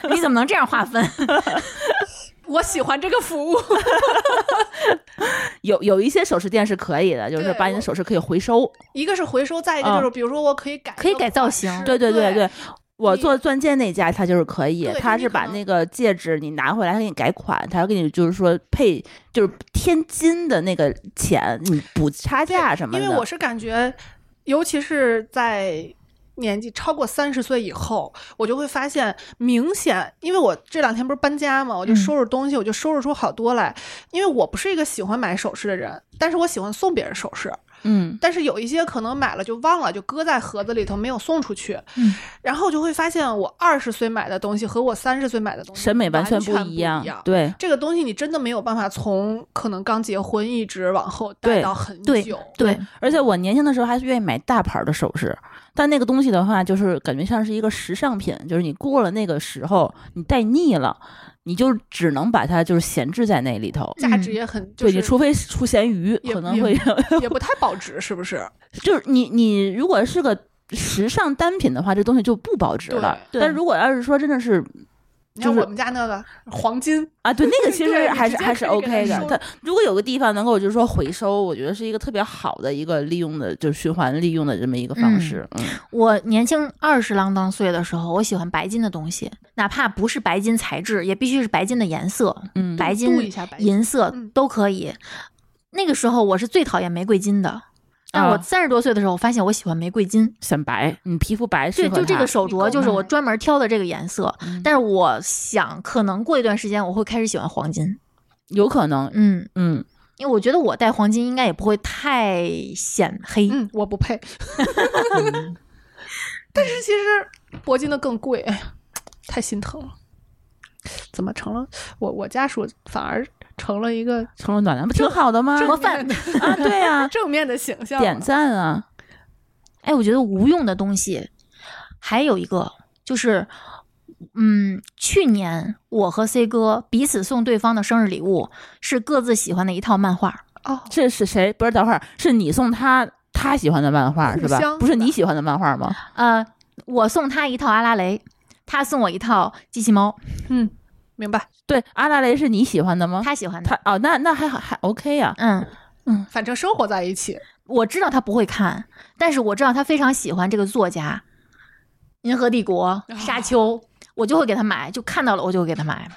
你怎么能这样划分？ <laughs> 我喜欢这个服务。 <laughs> 有有一些首饰店是可以的，就是对把你的我首饰可以回收。一个是回收，再一个就是，比如说我可以改，可以改造型对对对对对。我你做钻戒那家，他就是可以对，他你是可把能那个戒指你拿回来，他给你改款，他要给你就是说配就是添金的那个钱，你补差价什么因的。为我是感觉，尤其是在年纪超过三十岁以后，我就会发现明显，因为我这两天不是搬家嘛，我就嗯收拾东西，我就收拾出好多来。因为我不是一个喜欢买首饰的人，但是我喜欢送别人首饰。嗯，但是有一些可能买了就忘了，就搁在盒子里头没有送出去。嗯然后就会发现，我二十岁买的东西和我三十岁买的东西审美完完全不一样。对这个东西你真的没有办法从可能刚结婚一直往后带对到很对久。对，而且我年轻的时候还是愿意买大牌的首饰，但那个东西的话，就是感觉像是一个时尚品，就是你过了那个时候，你戴腻了，你就只能把它就是闲置在那里头。价值也很，就对是你，除非是出咸鱼，也可能 <laughs> 会也不太保值，是不是？就是你你如果是个时尚单品的话，这东西就不保值了。对但如果要是说真的是你看就是我们家那个黄金，啊，对，那个其对实你还直是接还是可以给它 OK 收的。它如果有个地方能够就是说回收，我觉得是一个特别好的一个利用的，就是循环利用的这么一个方嗯式。嗯我年轻二十郎当岁的时候，我喜欢白金的东西，哪怕不是白金材质，也必须是白金的颜色，嗯，白金镀一下白金银色嗯都可以。那个时候我是最讨厌玫瑰金的，但我啊三十多岁的时候，我发现我喜欢玫瑰金。显白，你皮肤白适对，合就这它个手镯，你就是我购买专门挑的这个颜色。但是我想，可能过一段时间我会开始喜欢黄金。有可能，嗯，嗯，因为我觉得我戴黄金应该也不会太显黑。嗯，我不配。 <laughs> 但是其实铂金的更贵，哎呀，太心疼了。怎么成了我我家属反而成了一个成了暖男不挺好的吗？正模 <laughs> 面范的啊，对 <laughs> 呀、正面的形象了？点赞啊，哎，我觉得无用的东西还有一个就是，嗯，去年我和 C 哥彼此送对方的生日礼物是各自喜欢的一套漫画，哦，这是谁？不是，等会儿是你送他他喜欢的漫画互是吧相？不是的你喜欢的漫画吗？呃，我送他一套阿拉蕾，他送我一套机器猫，嗯，明白。对，阿拉蕾是你喜欢的吗？他喜欢的。他哦，那那还好还 OK 啊呀、嗯，反正生活在一起，我知道他不会看，但是我知道他非常喜欢这个作家，哦《银河帝国》《沙丘》，我就会给他买，就看到了我就会给他买。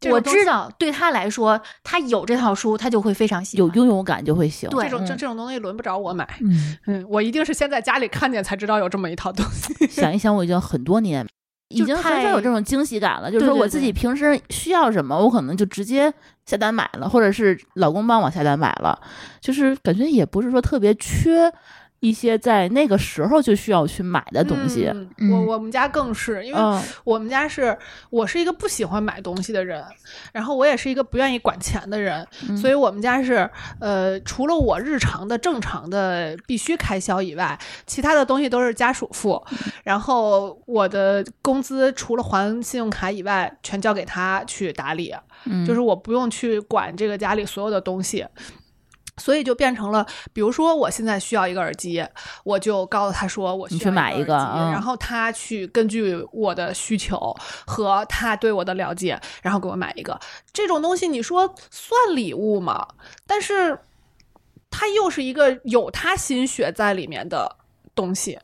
这我种东西知道，对他来说，他有这套书，他就会非常喜有欢。拥有感就会行。对这种这嗯这种东西轮不着我买，嗯， <laughs> 嗯，我一定是先在家里看见才知道有这么一套东西。 <laughs> 想一想，我已经很多年，已就经很少太有这种惊喜感了。就是对说，对我自己对平时需要什么，我可能就直接下单买了，或者是老公帮我下单买了，就是感觉也不是说特别缺一些在那个时候就需要去买的东西。嗯嗯我我们家更是，因为嗯，我们家是我是一个不喜欢买东西的人，然后我也是一个不愿意管钱的人，嗯所以我们家是呃，除了我日常的正常的必须开销以外，其他的东西都是家属付。嗯然后我的工资除了还信用卡以外，全交给他去打理，嗯就是我不用去管这个家里所有的东西。所以就变成了，比如说我现在需要一个耳机，我就告诉他说我需你要去买一一个耳机嗯然后他去根据我的需求和他对我的了解，然后给我买一个。这种东西你说算礼物吗？但是它又是一个有他心血在里面的东西。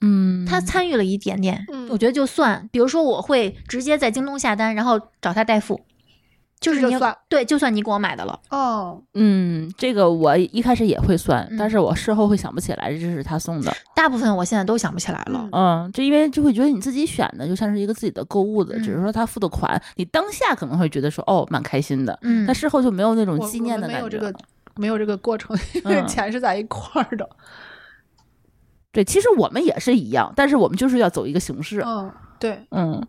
嗯，他参与了一点点，嗯我觉得就算。比如说，我会直接在京东下单，然后找他代付，就是这你就算对，就算你给我买的了。哦，嗯，这个我一开始也会算，嗯但是我事后会想不起来这是他送的。大部分我现在都想不起来了。嗯，就因为就会觉得你自己选的就像是一个自己的购物的，嗯只是说他付的款，你当下可能会觉得说哦蛮开心的，嗯，但事后就没有那种我纪我念们的没感有觉这了。个没有这个过程，因为嗯钱是在一块儿的。对，其实我们也是一样，但是我们就是要走一个形哦式。嗯，对，嗯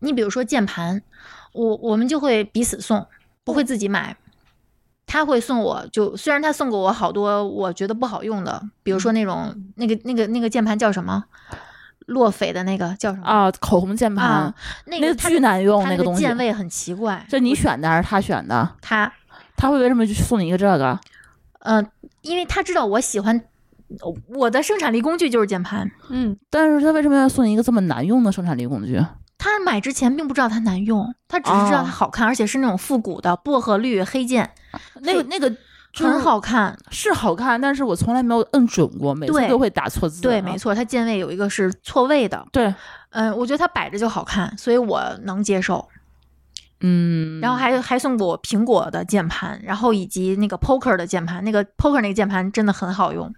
你比如说键盘，我我们就会彼此送，不嗯会自己买。他会送我就，虽然他送过我好多我觉得不好用的，比如嗯说那种、那个那个那个键盘叫什么，洛斐的那个叫什么？啊，口红键盘、啊那个它巨难用它个东西键。位很奇怪。这你选的还是他选的？他他会为什么就送你一个这个？呃，因为他知道我喜欢呃我的生产力工具就是键盘。嗯，但是他为什么要送你一个这么难用的生产力工具？他买之前并不知道它难用，他只是知哦道它好看，而且是那种复古的薄荷绿黑键，那个那个就是很好看。是好看，但是我从来没有摁准过，每次对都会打错字。啊对，没。错，它键位有一个是错位的。对，嗯，我觉得它摆着就好看，所以我能接受。嗯。然后还还送过我苹果的键盘，然后以及那个 Poker 的键盘，那个 Poker 那个键盘真的很好用。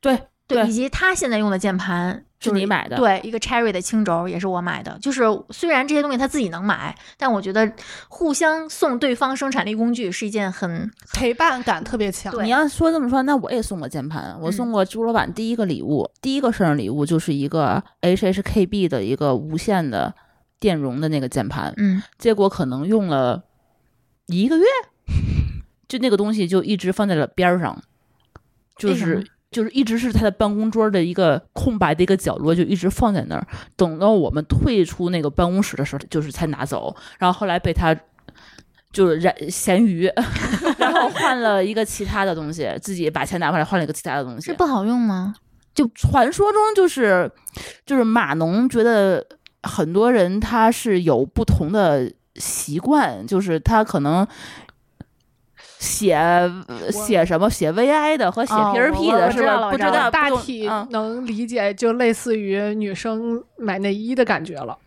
对对，以及他现在用的键盘是就你买的对，一个 Cherry 的轻轴也是我买的。就是虽然这些东西他自己能买，但我觉得互相送对方生产力工具是一件很陪伴感特别强。对你要说这么说，那我也送过键盘，我送过朱老板第一个礼物，第一个生日礼物就是一个 HHKB 的一个无线的电容的那个键盘，嗯结果可能用了一个月，就那个东西就一直放在了边儿上，就为什么是就是一直是他的办公桌的一个空白的一个角落，就一直放在那儿。等到我们退出那个办公室的时候，就是才拿走。然后后来被他就是染咸鱼， <laughs> 然后换了一个其他的东西，自己把钱拿回来换了一个其他的东西是。不好用吗？就传说中就是就是码农觉得很多人他是有不同的习惯，就是他可能。写写什么写 VI 的和写哦 PRP 我的，我是知道吧？不了我知知道道了大不懂体嗯能理解，就类似于女生买内衣的感觉了，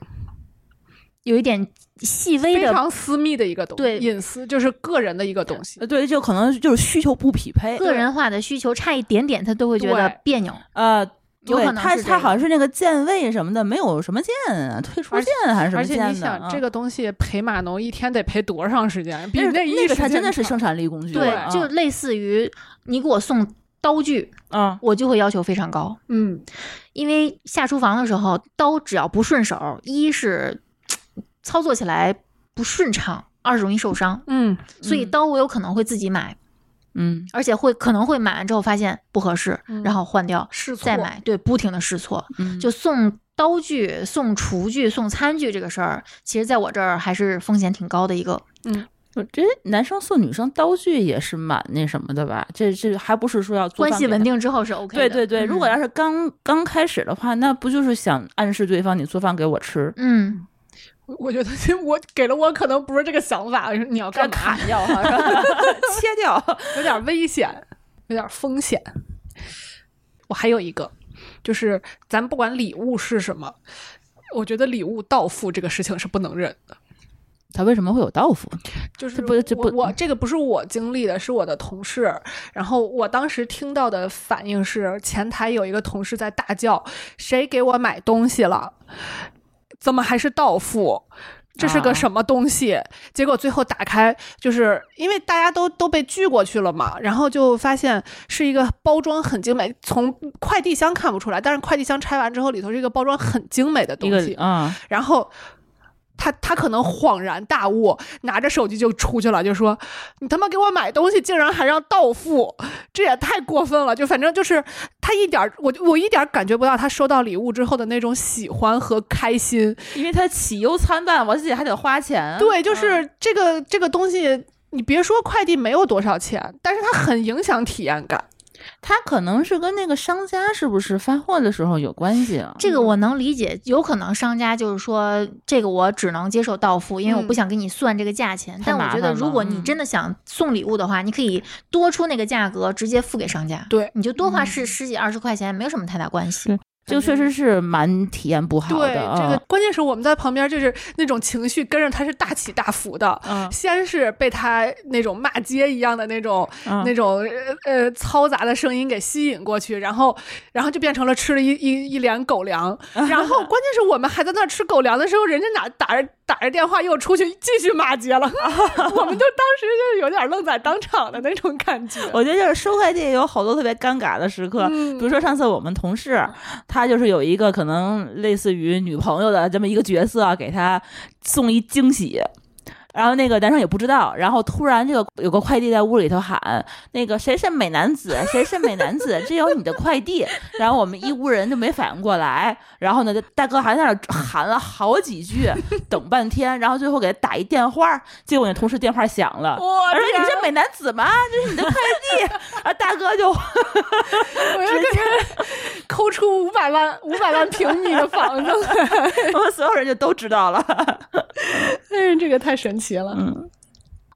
有一点细微非的，常私密的一个东西，对隐私就是个人的一个东西。呃对，就可能就是需求不匹配。个人化的需求差一点点，他都会觉得对别扭。呃，有对可能他是这他好像个是那个键位什么的，没有什么键啊，退出而且键还是什么而且键的。你想，嗯这个东西陪码农一天得陪多长时间？比但是内衣那个它真时间的是长生产力工具了对，啊，就类似于你给我送刀具，嗯我就会要求非常高，嗯，因为下厨房的时候，刀只要不顺手，一是操作起来不顺畅，二是容易受伤，嗯，所以嗯刀我有可能会自己买，嗯而且会可能会买完之后发现不合适，嗯然后换掉，试错再买，对，不停的试错。嗯，就送刀具、送厨具、送餐具这个事儿，其实在我这儿还是风险挺高的一个。我觉得男生送女生刀具也是蛮那什么的吧，这这还不是说要做关饭系给稳他。定之后是 OK 的。嗯对对对，如果要是刚刚开始的话，那不就是想暗示对方你做饭给我吃，嗯，我觉得 <laughs> 我给了我可能不是这个想法，你要干嘛？ <laughs> 掉哈，切掉。有点危险，有点风险。我还有一个，就是咱不管礼物是什么，我觉得礼物到付这个事情是不能忍的。它为什么会有豆腐呢？就是这不这我不我这个不是我经历的，是我的同事。然后我当时听到的反应是，前台有一个同事在大叫：“谁给我买东西了？怎么还是到付？”这是啊个什么东西？结果最后打开，就是因为大家都都被拒过去了嘛，然后就发现是一个包装很精美，从快递箱看不出来，但是快递箱拆完之后，里头是一个包装很精美的一东个西。啊、然后他他可能恍然大悟，拿着手机就出去了，就说：“你他妈给我买东西，竟然还让到付，这也太过分了！”就反正就是他一点儿，我我一点儿感觉不到他收到礼物之后的那种喜欢和开心。因为它喜忧参半，我自己还得花钱。嗯对，就是这个这个东西。你别说快递没有多少钱，但是它很影响体验感。它可能是跟那个商家是不是发货的时候有关系啊？这个我能理解，有可能商家就是说，这个我只能接受到付，因为我不想给你算这个价钱。嗯太但麻我觉烦得，了如果你嗯真的想送礼物的话，你可以多出那个价格，直接付给商家。对你就多花十十几二十块钱，没有什么太大关系嗯对。这个确实是蛮体验不好的。对，这个嗯关键是我们在旁边，就是那种情绪跟着他是大起大伏的。嗯先是被他那种骂街一样的那种、嗯那种呃呃嘈杂的声音给吸引过去，然后然后就变成了吃了一一一脸狗 <laughs> 粮，然后关键是我们还在那儿吃狗粮的时候，人家哪打着打着电话又出去继续骂 <laughs> 街了，我们就当时就是有点愣在当场的那种感觉。我觉得就是收快递有好多特别尴尬的时刻，嗯比如说上次我们同事，他就是有一个可能类似于女朋友的这么一个角色啊，给他送一惊喜。然后那个男生也不知道，然后突然这个有个快递在屋里头喊那个谁是美男子，谁是美男子，这有你的快递。然后我们一屋人就没反应过来，然后呢，这大哥还在那儿喊了好几句，等半天，然后最后给他打一电话，结果那同事电话响了，我而且天啊你是美男子吗？这是你的快递。 <laughs> 啊，大哥就我要给他抠出五百万五百万平米的房子来， <laughs> <laughs> 我们所有人就都知道了。 <laughs> 哎，这个太神奇了。嗯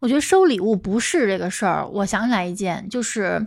我觉得收礼物不是这个事儿，我想起来一件，就是，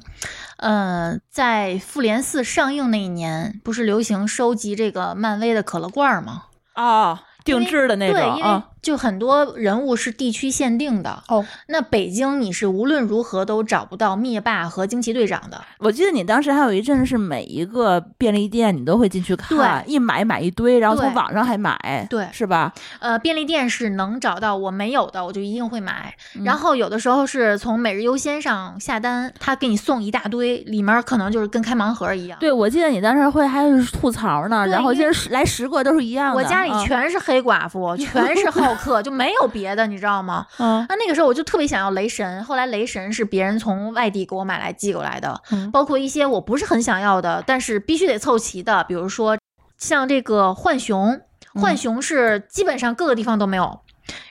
呃，在《复联四》上映那一年，不是流行收集这个漫威的可乐罐儿吗？啊，定制的那对，种哦因为啊，就很多人物是地区限定的。哦，那北京你是无论如何都找不到灭霸和惊奇队长的。我记得你当时还有一阵是每一个便利店你都会进去看，一买买一堆，然后从对网上还买，对是吧？呃，便利店是能找到我没有的，我就一定会买。嗯然后有的时候是从每日优先上下单，他给你送一大堆，里面可能就是跟开盲盒一样。对，我记得你当时会还有吐槽呢，对然后因为这来十个都是一样的。我家里啊全是黑寡妇，全是浩克，就没有别的，你知道吗？嗯那那个时候我就特别想要雷神，后来雷神是别人从外地给我买来寄过来的，嗯包括一些我不是很想要的，但是必须得凑齐的，比如说像这个浣熊，浣熊是基本上各个地方都没有。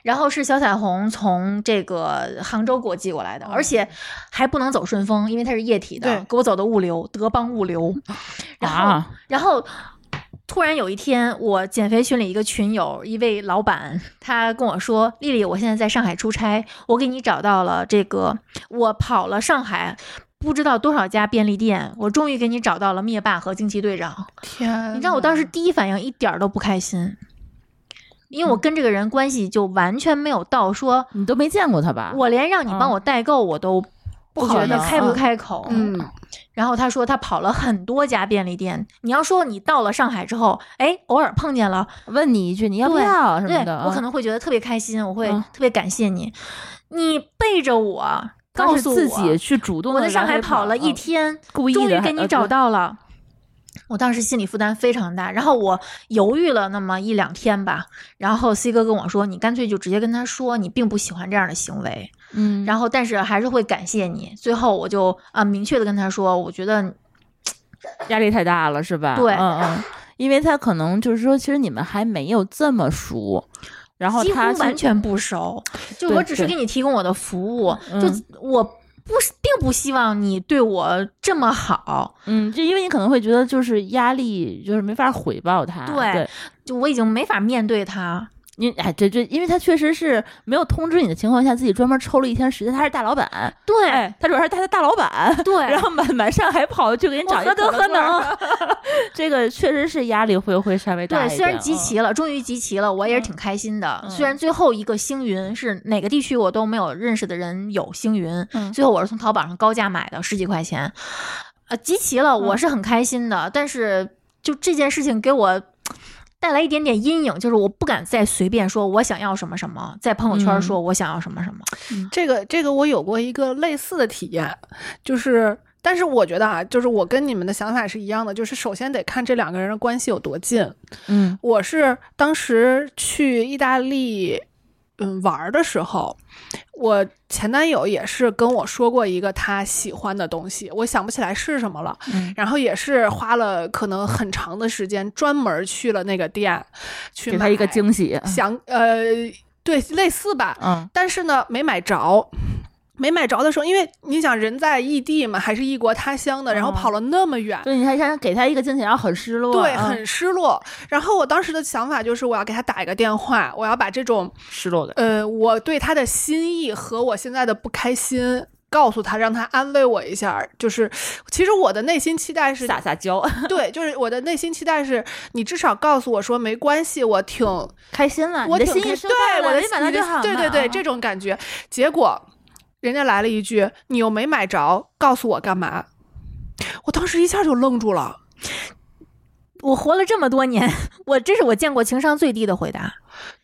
然后是小彩虹从这个杭州给我寄过来的，而且还不能走顺丰，因为它是液体的对，给我走的物流，德邦物流。然后啊，然后突然有一天，我减肥群里一个群友，一位老板，他跟我说：“丽丽，我现在在上海出差，我给你找到了这个，我跑了上海。”不知道多少家便利店，我终于给你找到了灭霸和惊奇队长。天你知道我当时第一反应一点儿都不开心，因嗯为我跟这个人关系就完全没有到说，你都没见过他吧？我连让你帮我代购我都不好觉得意思开不开口。嗯，然后他说他跑了很多家便利店。你要说你到了上海之后，哎，偶尔碰见了，问你一句，你要不对要什对么的？啊我可能会觉得特别开心，我会嗯特别感谢你。你背着我，他告是诉我自己去主动我地在上来海回跑了一嗯天，故意的终于给呃你找到了。我当时心理负担非常大，然后我犹豫了那么一两天吧，然后 C 哥跟我说：“你干脆就直接跟他说，你并不喜欢这样的行为。”嗯，然后但是还是会感谢你。最后我就啊、明确的跟他说，我觉得压力太大了，是吧？对嗯嗯，因为他可能就是说，其实你们还没有这么熟，然后几乎他完是全不熟，就对我只是对给你提供我的服务，就嗯我不是并不希望你对我这么好，嗯，就因为你可能会觉得就是压力，就是没法回报他，对对，就我已经没法面对他。因为哎，这这，因为他确实是没有通知你的情况下，自己专门抽了一天时间，他是大老板，对、哎，他主要是他是大老板，对， <laughs> 然后满满上海跑去给你我找一何德可乐何罐儿 <laughs> 能？ <laughs> 这个确实是压力会会稍微大一点。嗯对，虽然集齐了，终于集齐了，我也是挺开心的。虽然最后一个星云是哪个地区我都没有认识的人有星云，嗯最后我是从淘宝上高价买的，十几块钱，呃，集齐了，我是很开心的。但是就这件事情给我。带来一点点阴影，就是我不敢再随便说我想要什么什么，在朋友圈嗯说我想要什么什么。这个这个我有过一个类似的体验，就是。但是我觉得啊，就是我跟你们的想法是一样的，就是首先得看这两个人的关系有多近。嗯，我是当时去意大利，嗯，玩儿的时候，我前男友也是跟我说过一个他喜欢的东西，我想不起来是什么了。嗯然后也是花了可能很长的时间，专门去了那个店去给他一个买惊喜。哎想呃，对，类似吧。嗯但是呢，没买着。没买着的时候，因为你想人在异地嘛，还是异国他乡的，然后嗯跑了那么远，对，你还想给他一个惊喜，然后很失落，对，嗯很失落。然后我当时的想法就是，我要给他打一个电话，我要把这种失落的。呃，我对他的心意和我现在的不开心告诉他，让他安慰我一下。就是，其实我的内心期待是，撒撒娇，对，就是我的内心期待是，你至少告诉我说没关系，我挺开心了，我你的心挺开意收心对到了，我啊的你心买到你的就好嘛。对对对，嗯这种感觉。结果人家来了一句：“你又没买着，告诉我干嘛？”我当时一下就愣住了。我活了这么多年，我这是我见过情商最低的回答，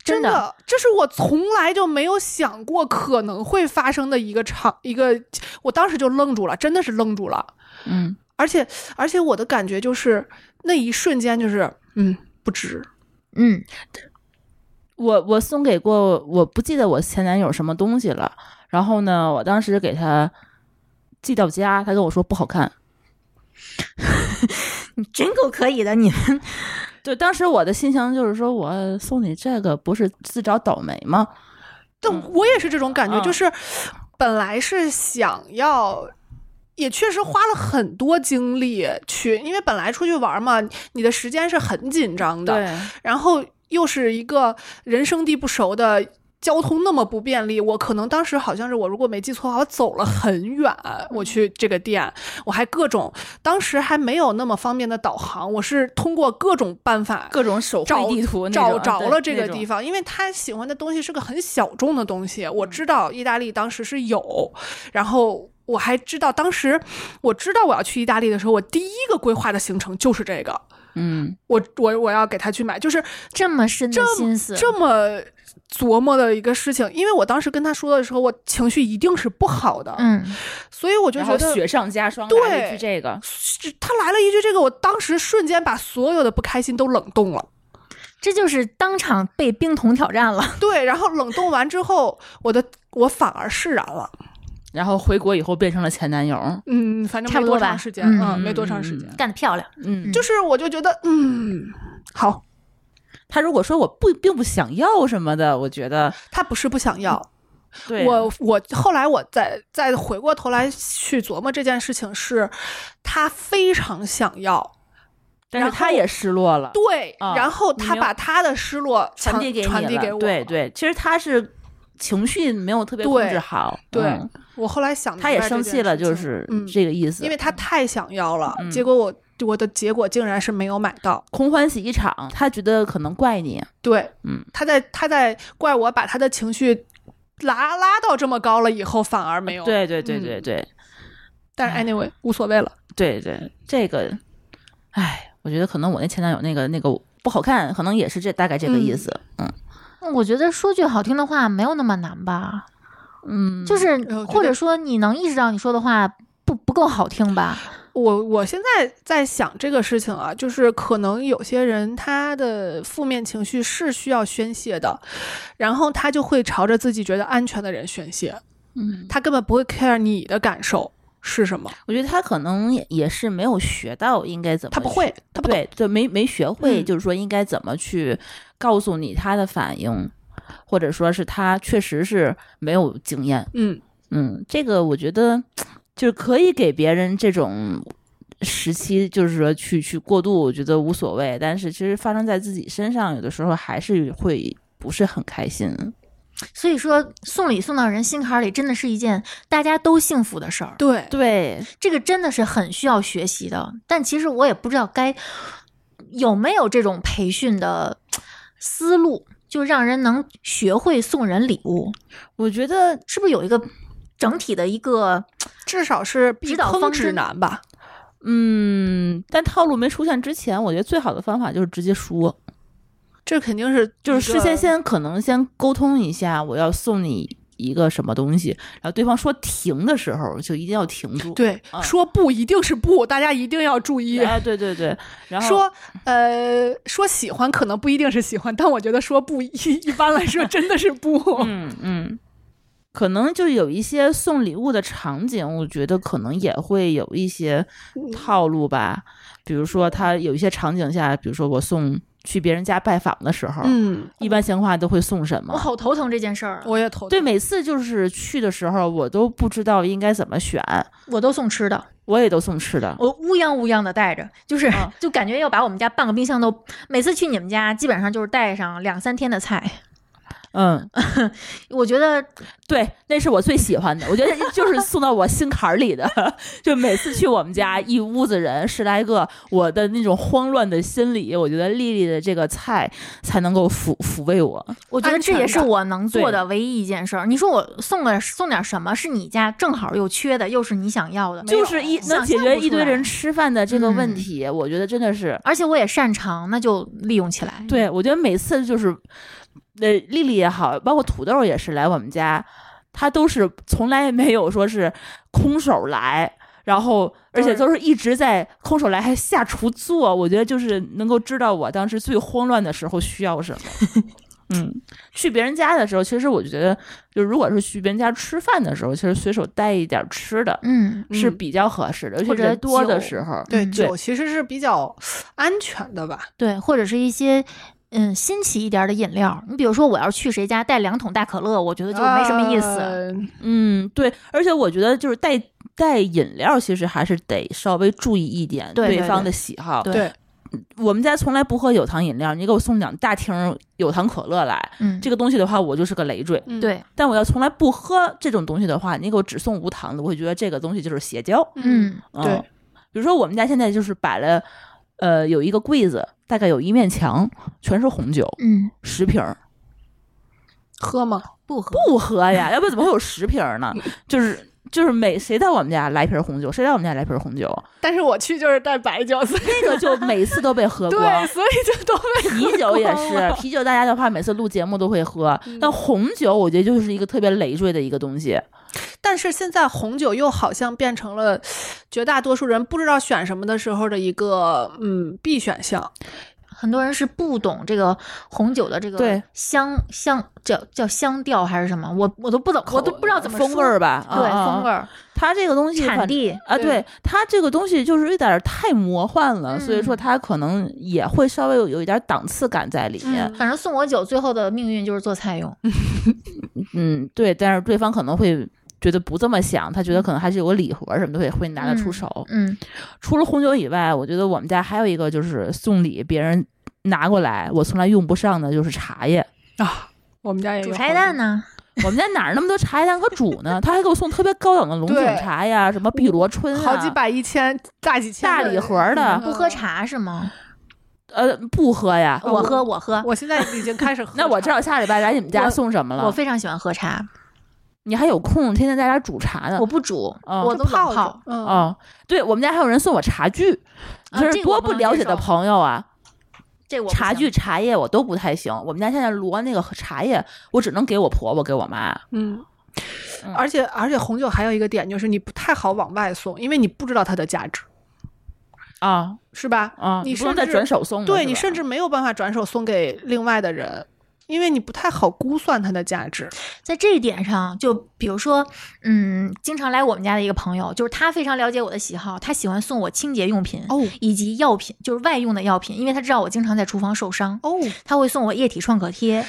真的。的，这是我从来就没有想过可能会发生的一个场，一个，我当时就愣住了，真的是愣住了。嗯，而且，而且我的感觉就是那一瞬间就是，嗯，不值。嗯，我我送给过，我不记得我前男友什么东西了。然后呢，我当时给他寄到家，他跟我说不好看。你真够可以的，你们对，当时我的心情就是说，我送你这个不是自找倒霉吗？但我也是这种感觉，嗯就是本来是想要。也确实花了很多精力去，因为本来出去玩嘛，你的时间是很紧张的，然后又是一个人生地不熟的。交通那么不便利，我可能当时好像是我如果没记错的话，我走了很远，我去这个店，我还各种，当时还没有那么方便的导航，我是通过各种办法 <laughs> 各种手找绘地图那种，找着了这个地方。方，因为他喜欢的东西是个很小众的东西，嗯我知道意大利当时是有，然后我还知道当时我知道我要去意大利的时候，我第一个规划的行程就是这个，嗯，我我我要给他去买，就是这么深的心思，这么琢磨的一个事情，因为我当时跟他说的时候，我情绪一定是不好的，嗯，所以我就然觉后得雪上加霜，对来了一句这个，是他来了一句这个，我当时瞬间把所有的不开心都冷冻了。 <laughs> 这就是当场被冰桶挑战了。 <laughs> 对，然后冷冻完之后，我的我反而释然了。然后回国以后变成了前男友。嗯，反正差没不多多吧长时间，嗯嗯，没多长时间嗯，干得漂亮，嗯，就是我就觉得，嗯，好，他如果说我不并不想要什么的，我觉得他不是不想要，对啊我我后来我再再回过头来去琢磨这件事情是，他非常想要，但是然后他也失落了，对，啊然后你他明把他的失落传递给你传递了给我，对，对，其实他是情绪没有特别对控制好，对嗯我后来想明白他也生气了，这件就事情是嗯，这个意思，因为他太想要了，嗯结果我我的结果竟然是没有买到，空欢喜一场，他觉得可能怪你，对，嗯，他在他在怪我把他的情绪。拉拉到这么高了以后，反而没有。，对对对嗯对对但嗯是 anyway 无所谓了。对对，这个，哎，我觉得可能我那前男友那个那个不好看，可能也是这大概这个意思，嗯我觉得说句好听的话没有那么难吧，嗯，就是呃我觉得或者说你能意识到你说的话不不够好听吧？我我现在在想这个事情啊，就是可能有些人他的负面情绪是需要宣泄的，然后他就会朝着自己觉得安全的人宣泄，嗯，他根本不会 care 你的感受是什么，我觉得他可能也也是没有学到应该怎么，他不会，他不懂。对对，没没学会，嗯就是说应该怎么去告诉你他的反应，或者说是他确实是没有经验。嗯，嗯，这个我觉得就是可以给别人这种时期，就是说去去过度，我觉得无所谓。但是其实发生在自己身上，有的时候还是会不是很开心。所以说，送礼送到人心坎儿里，真的是一件大家都幸福的事儿。对，对，这个真的是很需要学习的。但其实我也不知道该有没有这种培训的呃思路，就让人能学会送人礼物，我觉得是不是有一个整体的一个？至少是避指导坑方针指南吧。嗯，但套路没出现之前，我觉得最好的方法就是直接说，这肯定是就是事一个先先可能先沟通一下，我要送你一个什么东西，然后对方说停的时候就一定要停住。对、嗯说不一定是不，大家一定要注意。哎，对对对，然哦后说呃说喜欢可能不一定是喜欢，但我觉得说不一一般来说真的是不。嗯嗯，可能就有一些送礼物的场景，我觉得可能也会有一些嗯套路吧。比如说，他有一些场景下，比如说我送去别人家拜访的时候，嗯，哦一般情况下都会送什么我？好头疼这件事儿啊，我也头对，每次就是去的时候，我都不知道应该怎么选，我都送吃的，我也都送吃哦的。我乌泱乌泱的带着，就是、啊就感觉要把我们家半个冰箱都，每次去你们家基本上就是带上两三天的菜。嗯，我觉得对，那是我最喜欢的，我觉得就是送到我心坎儿里的。 <laughs> 就每次去我们家，一屋子人十来个，我的那种慌乱的心理，我觉得丽丽的这个菜才能够抚抚慰我。我觉得安啊这全也是感我能做对的唯一一件事儿。你说我送了送点什么是你家正好又缺的，又是你啊想要的，就是一能解决一堆人吃，吃饭的这个问嗯题，我觉得真的是。而且我也擅长，那就利用起来。对，我觉得每次就是，呃，丽丽也好，包括土豆也是来我们家，她都是从来没有说是空手来，然后而且对都是一直在空手来，还下厨做。我觉得就是能够知道我当时最慌乱的时候需要什 <laughs> 么。嗯，去别人家的时候，其实我觉得，就如果是去别人家吃饭的时候，其实随手带一点吃的嗯，是嗯比较合适的，尤或其者人多的酒时候。对嗯酒其实是比较安全的吧。对，或者是一些。嗯，新奇一点的饮料，你比如说，我要去谁家带两桶大可乐，我觉得就没什么意思。呃嗯，对，而且我觉得就是带带饮料，其实还是得稍微注意一点对对方对的喜好。嗯对对，我们家从来不喝有糖饮料，你给我送两大瓶有糖可乐来，嗯，这个东西的话，我就是个累赘。嗯，对，但我要从来不喝这种东西的话，你给我只送无糖的，我会觉得这个东西就是邪教。嗯嗯，嗯、对，比如说我们家现在就是摆了，呃，有一个柜子，大概有一面墙全是红酒，嗯，十瓶儿。喝吗？不喝，不喝呀， <laughs> 要不然怎么会有十瓶儿呢？就是就是每谁到我们家来瓶红酒，谁到我们家来瓶红酒，但是我去就是带白酒，所以这个就每次都被 <laughs> 喝光对，。所以就都被啤酒也光是，啤酒大家的话，每次录节目都会喝。嗯但红酒，我觉得就是一个特别累赘的一个东西。但是现在红酒又好像变成了绝大多数人不知道选什么的时候的一个嗯必选项。很多人是不懂这个红酒的这个对香香叫叫香调还是什么，我我都不懂，我都不知道怎么风说味儿吧？对啊风味。啊儿、它这个东西产反地，嗯啊，对对它这个东西就是有点儿太魔幻了，所以说嗯它可能也会稍微有有一点儿档次感在里面。反正送我酒最后的命运就是做菜用。嗯，对，但是对方可能会觉得不这么想，他觉得可能还是有个礼盒什么的会会拿得出手。嗯，除了红酒以外，我觉得我们家还有一个就是送礼，别人拿过来我从来用不上的就是茶叶。啊，我们家也有煮茶叶蛋呢？我们家哪儿那么多茶叶蛋可煮呢？他还给我送特别高档的龙对井茶呀，什么碧螺春好啊，多，好几百、一千、大几千嗯大的礼盒儿的。不喝茶是吗？呃，不喝呀。嗯嗯哦我喝，我喝，我现在已经开始喝茶。 <laughs> 那我 <laughs> 知道下礼拜来你们家我送什么我了。非常喜欢喝茶，你还有空，天天在家煮茶呢我。不煮，哦我就都冷泡嗯泡着。。嗯，哦，对我们家还有人送我茶具，啊就这是个多我不不能了接解的受朋友啊。这我不茶行具、茶叶我都不太行。我们家现在摞那个茶叶，我只能给我婆婆、给我妈。嗯嗯。而且而且红酒还有一个点就是你不太好往外送，因为你不知道它的价值，啊是吧？啊，你不能甚再至转手送了。对是你吧甚至没有办法转手送给另外的人，因为你不太好估算它的价值。在这一点上，就比如说，嗯，经常来我们家的一个朋友，就是他非常了解我的喜好，他喜欢送我清洁用品哦以及药品，就是外用的药品，因为他知道我经常在厨房受伤，哦，哎呃他会送我液体创可贴，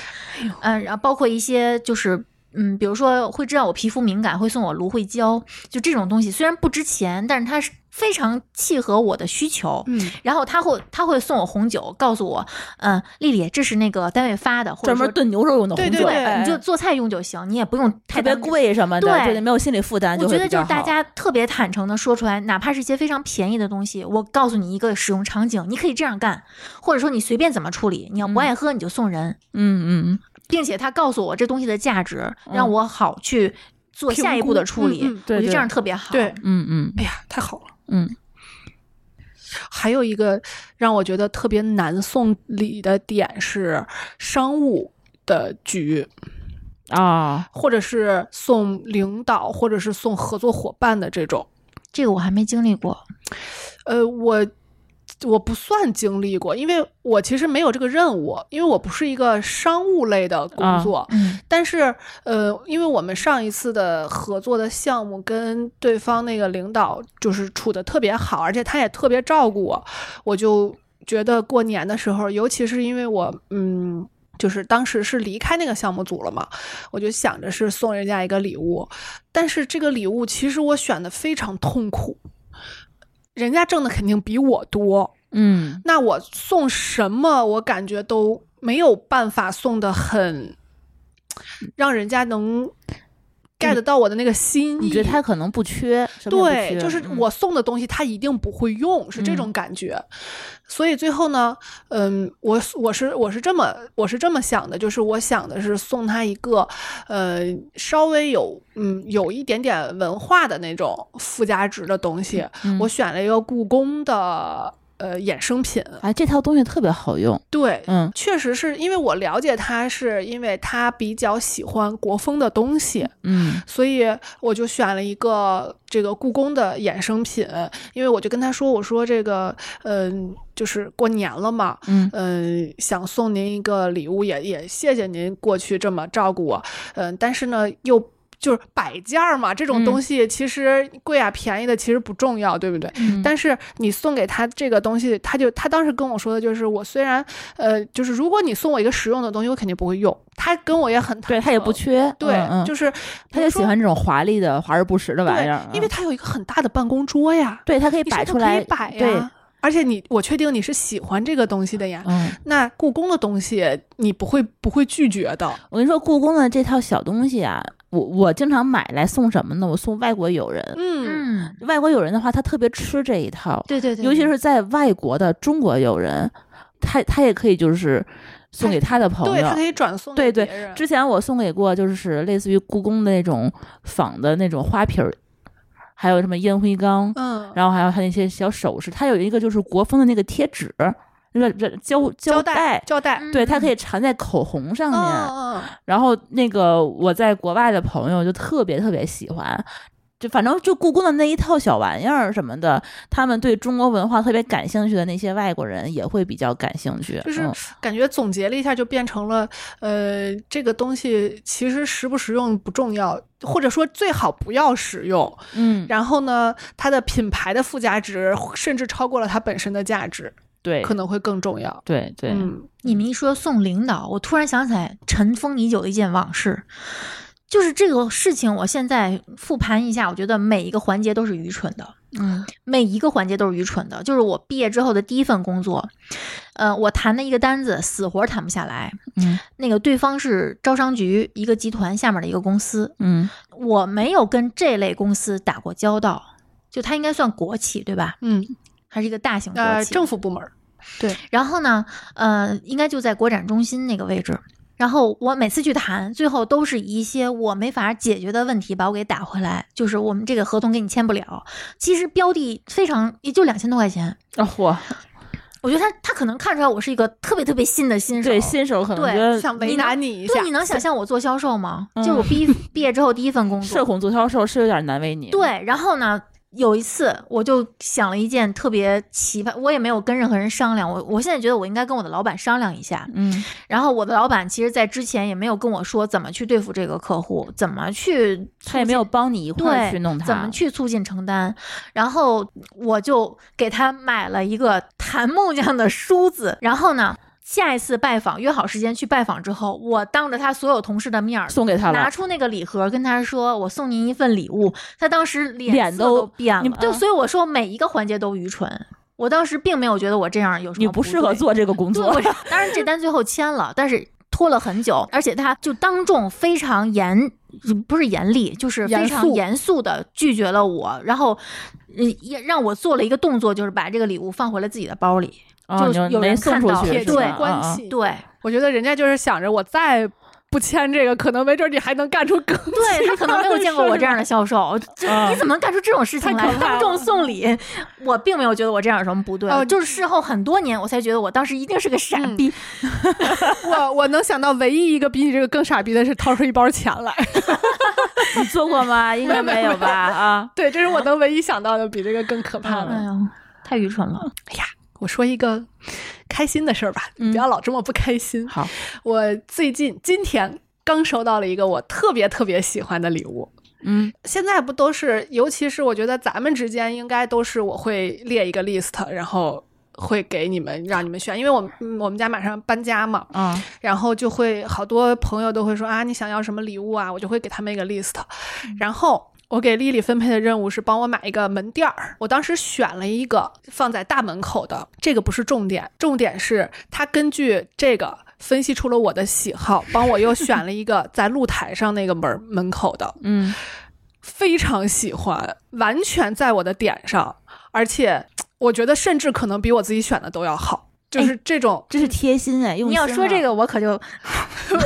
嗯、然后包括一些就是嗯，比如说会知道我皮肤敏感，会送我芦荟胶，就这种东西，虽然不值钱，但是它是非常契合我的需求。嗯，然后他会他会送我红酒，告诉我，嗯，丽丽，这是那个单位发的，或者专说门炖牛肉用的红对酒，哎对对你就做菜用就行，你也不用太特别当。贵什么的，对对你没有心理负担我就觉会得比就较是好。大家特别坦诚的说出来，哪怕是一些非常便宜的东西，我告诉你一个使用场景，你可以这样干，或者说你随便怎么处理，你要不嗯爱喝你就送人，嗯嗯并且他告诉我这东西的价值，嗯让我好去做下一步的处理，评估嗯嗯我对觉对得这样特别好。对，嗯嗯哎呀，太好了。嗯还有一个让我觉得特别难送礼的点是商务的局，嗯啊，或者是送领导，或者是送合作伙伴的这种。这个我还没经历 <laughs> 过。呃，我我不算经历过，因为我其实没有这个任务，因为我不是一个商务类的工啊作。嗯但是，呃，因为我们上一次的合作的项目跟对方那个领导就是处的特别好，而且他也特别照顾我，我就觉得过年的时候，尤其是因为我，嗯，就是当时是离开那个项目组了嘛，我就想着是送人家一个礼物，但是这个礼物其实我选的非常痛苦，人家挣的肯定比我多，嗯那我送什么，我感觉都没有办法送的很，让人家能 get 到我的那个心嗯意。你觉得他可能不缺，什么也不对，缺嗯就是我送的东西他一定不会用，是这种感觉。所以最后呢，嗯，我我是我是这么我是这么想的，就是我想的是送他一个，呃，稍微有嗯有一点点文化的那种附加值的东西。嗯我选了一个故宫的。呃，衍生品，哎，这套东西特别好用，对，嗯确实是因为我了解他，是因为他比较喜欢国风的东西，嗯所以我就选了一个这个故宫的衍生品，因为我就跟他说，我说这个，嗯、就是过年了嘛。嗯嗯，想送您一个礼物，也也谢谢您过去这么照顾我。嗯，但是呢，又就是摆件儿嘛，这种嗯东西其实贵啊便宜的其实不重要，对不对？嗯但是你送给他这个东西，他就他当时跟我说的就是，我虽然呃，就是如果你送我一个实用的东西，我肯定不会用。他跟我也很坦对他也诚不缺，对，嗯嗯就是他就喜欢这种华丽的、华而不实的这玩意儿，因嗯为他有一个很大的办公桌呀，对他可以你说摆他出来，可以摆对，呀。而且你，我确定你是喜欢这个东西的呀。嗯，那故宫的东西你不会不会拒绝的，我跟你说，故宫的这套小东西啊，我我经常买来送什么呢？我送外国友人，嗯嗯，外国友人的话，他特别吃这一套，对对对，尤其是在外国的中国友人，他他也可以就是送给他的朋对，友它可。以转送对对给别人。之前我送给过，就是类似于故宫的那种仿的那种花瓶儿，还有什么烟灰缸，嗯，然后还有它那些小首饰，它有一个就是国风的那个贴纸，那个胶胶胶带胶带，嗯对，它可以缠在口红上嗯面。嗯然后那个我在国外的朋友就特别特别喜欢，就反正就故宫的那一套小玩意儿什么的，他们对中国文化特别感兴趣的那些外国人也会比较感兴趣。就是嗯感觉总结了一下，就变成了，呃，这个东西其实实不实用不重要，或者说最好不要使用。嗯，然后呢，它的品牌的附加值甚至超过了它本身的价值，对，可能会更重要。对对，嗯你们一说送领导，我突然想起来尘封已久的一件往事，就是这个事情，我现在复盘一下，我觉得每一个环节都是愚蠢的，嗯每一个环节都是愚蠢的。就是我毕业之后的第一份工作，呃，我谈的一个单子，死活谈不下来。嗯那个对方是招商局一个集团下面的一个公司，嗯我没有跟这类公司打过交道，就它应该算国企对吧？嗯，还是一个大型国企。呃，政府部门儿，然后呢，呃，应该就在国展中心那个位置。然后我每次去谈，最后都是一些我没法解决的问题把我给打回来，就是我们这个合同给你签不了。其实标的非常也就两千多块钱，啊嚯，我觉得他他可能看出来我是一个特别特别新的新手，对新手可呃能对觉得想为你难能你一下对，，你能想象我做销售吗？嗯就是我毕毕业之后第一份工社作，恐做销售是有点难为你。，对，然后呢？有一次，我就想了一件特别奇葩，我也没有跟任何人商量。我我现在觉得我应该跟我的老板商量一下，嗯然后我的老板其实，在之前也没有跟我说怎么去对付这个客户，怎么去促进，他也没有帮你一块对儿去弄它，怎么去促进承担。然后我就给他买了一个檀木匠的梳子，然后呢。下一次拜访约好时间去拜访之后，我当着他所有同事的面儿送给他拿了。出那个礼盒，跟他说：“我送您一份礼物。”他当时脸脸色都变了，你就嗯所以我说每一个环节都愚蠢。我当时并没有觉得我这样有什么你不适合对做这个工 <laughs> 对，作 <laughs> 我，是当然这单最后签了，但是拖了很久，而且他就当众非常严，不是严厉，就是非严常肃严肃的拒绝了我，然后。呃也让我做了一个动作，就是把这个礼物放回了自己的包里。啊就你有没人送看出到去铁对是柱吧，关啊啊系。， <laughs> 对，我觉得人家就是想着我再不签这个，可能没准你还能干出更 <laughs> 对他可能没有见过我这样的销售， <laughs> 这啊你 <laughs> 怎么能干出这种事情太来？可怕当了众送礼，我并没有觉得我这样有什么不对，哦嗯就是事后很多年我才觉得我当时一定是个傻逼。我我能想到唯一一个比你这个更傻逼的是掏出一包钱来， <laughs> 你做过吗？应该没有吧？啊，嗯对，这是我能唯一想到的比这个更可怕的。哎呦，太愚蠢了！我说一个开心的事儿吧，嗯不要老这么不开心。好，我最近今天刚收到了一个我特别特别喜欢的礼物，嗯现在不都是，尤其是我觉得咱们之间应该都是我会列一个 list，然后会给你们让你们选，因为我们嗯我们家马上搬家嘛，啊，然后就会好多朋友都会说啊，你想要什么礼物啊？我就会给他们一个 list，然嗯后。我给丽丽分配的任务是帮我买一个门店儿，我当时选了一个放在大门口的，这个不是重点，重点是她根据这个分析出了我的喜好，帮我又选了一个在露台上那个门门口的，嗯，非常喜欢，完全在我的点上，而且我觉得甚至可能比我自己选的都要好，哎就是这种。这是贴心哎，用你要心说啊 <laughs> 这，个，我可就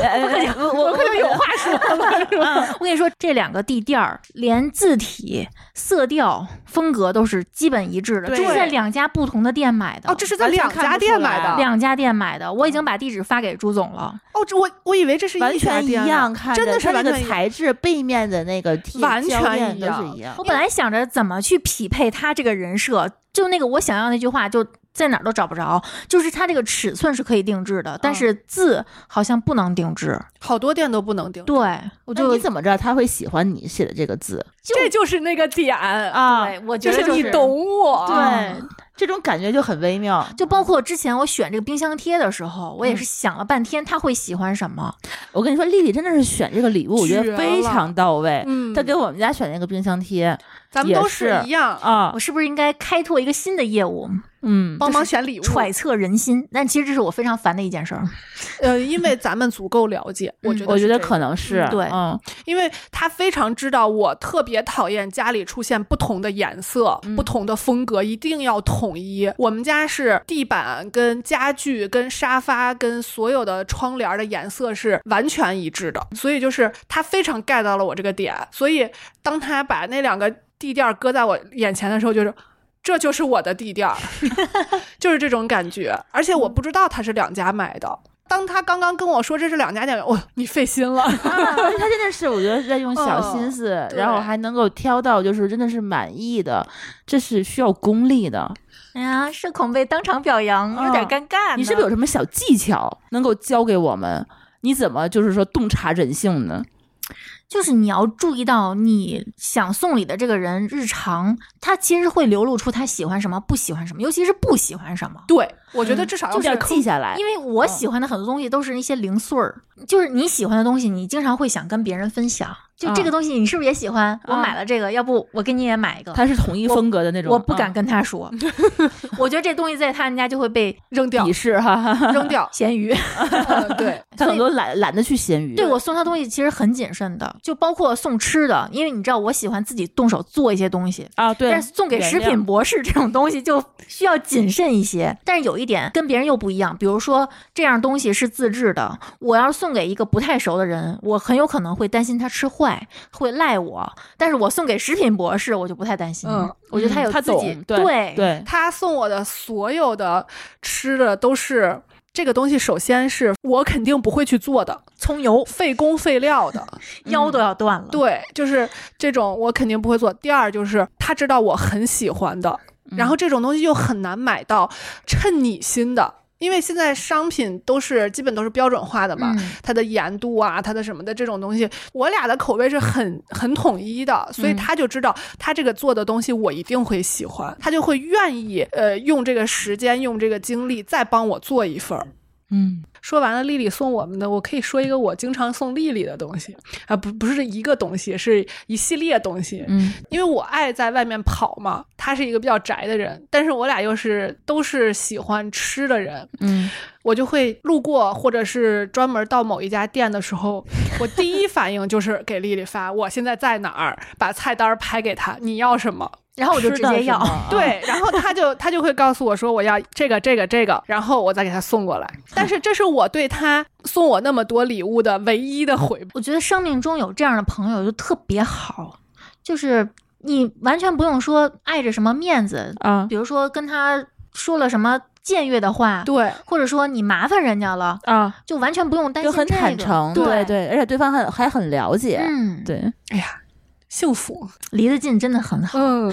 哎哎哎我我 <laughs> 我就有话说了， <laughs> 是吧？嗯我跟你说，这两个地垫儿连字体、色调、风格都是基本一致的，对这是在两家不同的店买的。哦，这是啊嗯在完全两看家不出店买来的，两家店买的，我已经把地址发给朱总了。哦，这我我以为这 <laughs> 是完一家全一店呢样，看真着的是它那完个全一样材质背面的那个贴完胶全垫一都是样一样我。本来想着怎么去匹配他这个人设，就那个我想要那句话，就在哪儿都找不着。就是他这个尺寸是可以定制的，但是嗯字好像不能定制。好多店都不能订。对，我那就你怎么知道他会喜欢你写的这个字这就是那个点啊，啊？对，我觉就得是就是你懂我。对，嗯这种感觉就很微妙。就包括之前我选这个冰箱贴的时候，我也是想了半天他会喜欢什么。我跟你说，丽丽真的是选这个礼物，我觉绝得非了常到位。嗯她给我们家选那个冰箱贴咱们也都是一样，啊我，是不是应该开拓一个新的业务，嗯，帮忙选礼物。揣测人心？但其实这是我非常烦的一件事儿。呃，因为咱们足够了解，我嗯觉得我觉是得这可样，能是嗯对嗯因为他非常知道我特别讨厌家里出现不同的颜色、嗯不同的风格，一定要统一。我们家是地板、跟家具、跟沙发、跟所有的窗帘的颜色是完全一致的，所以就是他非常 get 到了我这个点。所以当他把那两个地垫儿搁在我眼前的时候，就是。这就是我的地垫儿，就是这种感觉。而且我不知道他是两家买的。当他刚刚跟我说这是两家店，我、你费心了。啊，因为他真的是我觉得在用小哦嗯心思，对然后还能够挑到就是真的是满意的，这是需要功力的。哎呀，社恐被当场表扬，有点嗯尴尬呢。你是不是有什么小技巧能够教给我们？你怎么就是说洞察人性呢？就是你要注意到你想送礼的这个人日常，他其实会流露出他喜欢什么、不喜欢什么，尤其是不喜欢什么。对，我觉得至少要就是要记下来因，为我嗯喜欢的很多东西都是一些零碎儿，就是你喜欢的东西，你经常会想跟别人分享。就这嗯个东西，你是不是也喜欢？我嗯买了这个，要不我给你也买一个。他是统一风格的那种，我不敢嗯跟他 <laughs> 说，我觉得这东西在他们家就会被。扔掉鄙，视哈，<laughs> 扔掉咸鱼。嗯对，他很多懒懒得去闲鱼。对我送他东西其实很谨慎的，就包括送吃的，因为你知道我喜欢自己动手做一些东西，啊，对，但是送给原食谅品博士这种东西就需要谨慎一些。但是有一点跟别人又不一样，比如说这样东西是自制的，我要是送给一个不太熟的人，我很有可能会担心他吃坏，会赖我。但是我送给食品博士，我就不太担心。嗯我觉得有他自己、懂对对对，他送我的所有的吃的都是。这个东西首先是我肯定不会去做的，葱油费工费料 <laughs> 的，腰都要断了。对，就是这种我肯定不会做。第二就是他知道我很喜欢的，嗯然后这种东西又很难买到衬你心的，因为现在商品都是基本都是标准化的嘛，嗯它的盐度啊，它的什么的这种东西，我俩的口味是很很统一的，所以嗯他就知道他这个做的东西我一定会喜欢，他就会愿意呃用这个时间用这个精力再帮我做一份儿。嗯，说完了丽丽送我们的，我可以说一个我经常送丽丽的东西啊，不不是一个东西，是一系列东西。嗯，因为我爱在外面跑嘛，他是一个比较宅的人，但是我俩又是都是喜欢吃的人，嗯，我就会路过或者是专门到某一家店的时候，我第一反应就是给丽丽发我现在在哪儿，把菜单拍给她，你要什么？然后我就直吃的接是要吗，啊对，然后他就他就会告诉我说我要这个这个这个，然后我再给他送过来。但是这是我对他送我那么多礼物的唯一的回报。我觉得生命中有这样的朋友就特别好，就是你完全不用说碍着什么面子，啊比如说跟他说了什么僭越的话，对或者说你麻烦人家了，啊，就完全不用担就心、这很坦个。诚，对对，对，而且对方还还很了解，嗯，对。幸福，离得近真的很好。嗯，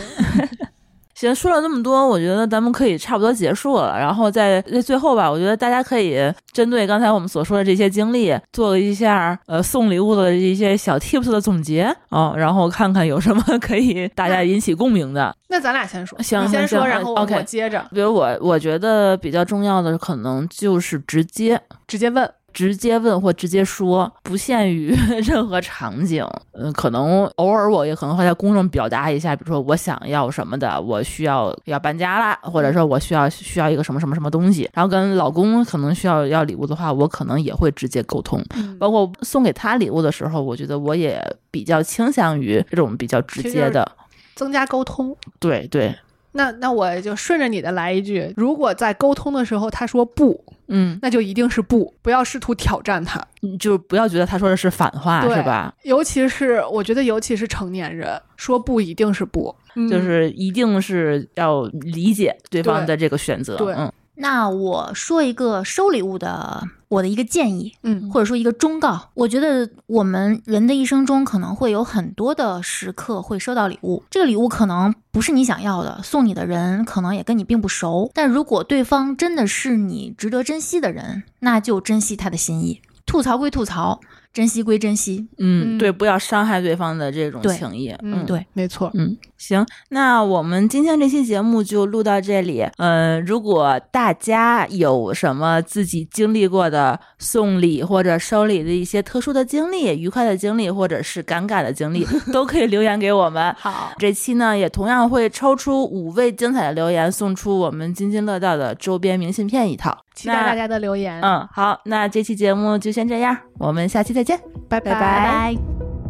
行，说了那么多，我觉得咱们可以差不多结束了。然后在在最后吧，我觉得大家可以针对刚才我们所说的这些经历，做一下呃送礼物的一些小 tips 的总结啊、然后看看有什么可以大家引起共鸣的。那咱俩先说，啊行你先行说，行然后我 OK 我接着比如我，我觉得比较重要的可能就是直接直接问。直接问或直接说，不限于 <laughs> 任何场景。嗯，可能偶尔我也可能会在公众表达一下，比如说我想要什么的，我需要要搬家啦，或者说我需要需要一个什么什么什么东西。然后跟老公可能需要要礼物的话，我可能也会直接沟通。呃包括送给他礼物的时候，我觉得我也比较倾向于这种比较直其实接的。增加沟通。对对，那那我就顺着你的来一句，如果在沟通的时候他说不，嗯，那就一定是不，不要试图挑战他。就是不要觉得他说的是反话，对是吧？尤其是我觉得，尤其是成年人说不一定是不，就嗯是一定是要理解对方对的这个选择。对嗯那我说一个收礼物的我的一个建议，嗯或者说一个忠告。我觉得我们人的一生中可能会有很多的时刻会收到礼物，这个礼物可能不是你想要的，送你的人可能也跟你并不熟。但如果对方真的是你值得珍惜的人，那就珍惜他的心意。吐槽归吐槽，珍惜归珍惜。嗯，嗯对，不要伤害对方的这种对情谊。嗯，对，没错，嗯，行，那我们今天这期节目就录到这里。嗯，如果大家有什么自己经历过的送礼或者收礼的一些特殊的经历、愉快的经历，或者是尴尬的经 <laughs> 历，都可以留言给我们。好，这期呢，也同样会抽出五位精彩的留言，送出我们津津乐道的周边明信片一套。期待那大家的留言，嗯，好，那这期节目就先这样，我们下期再见。拜拜拜拜。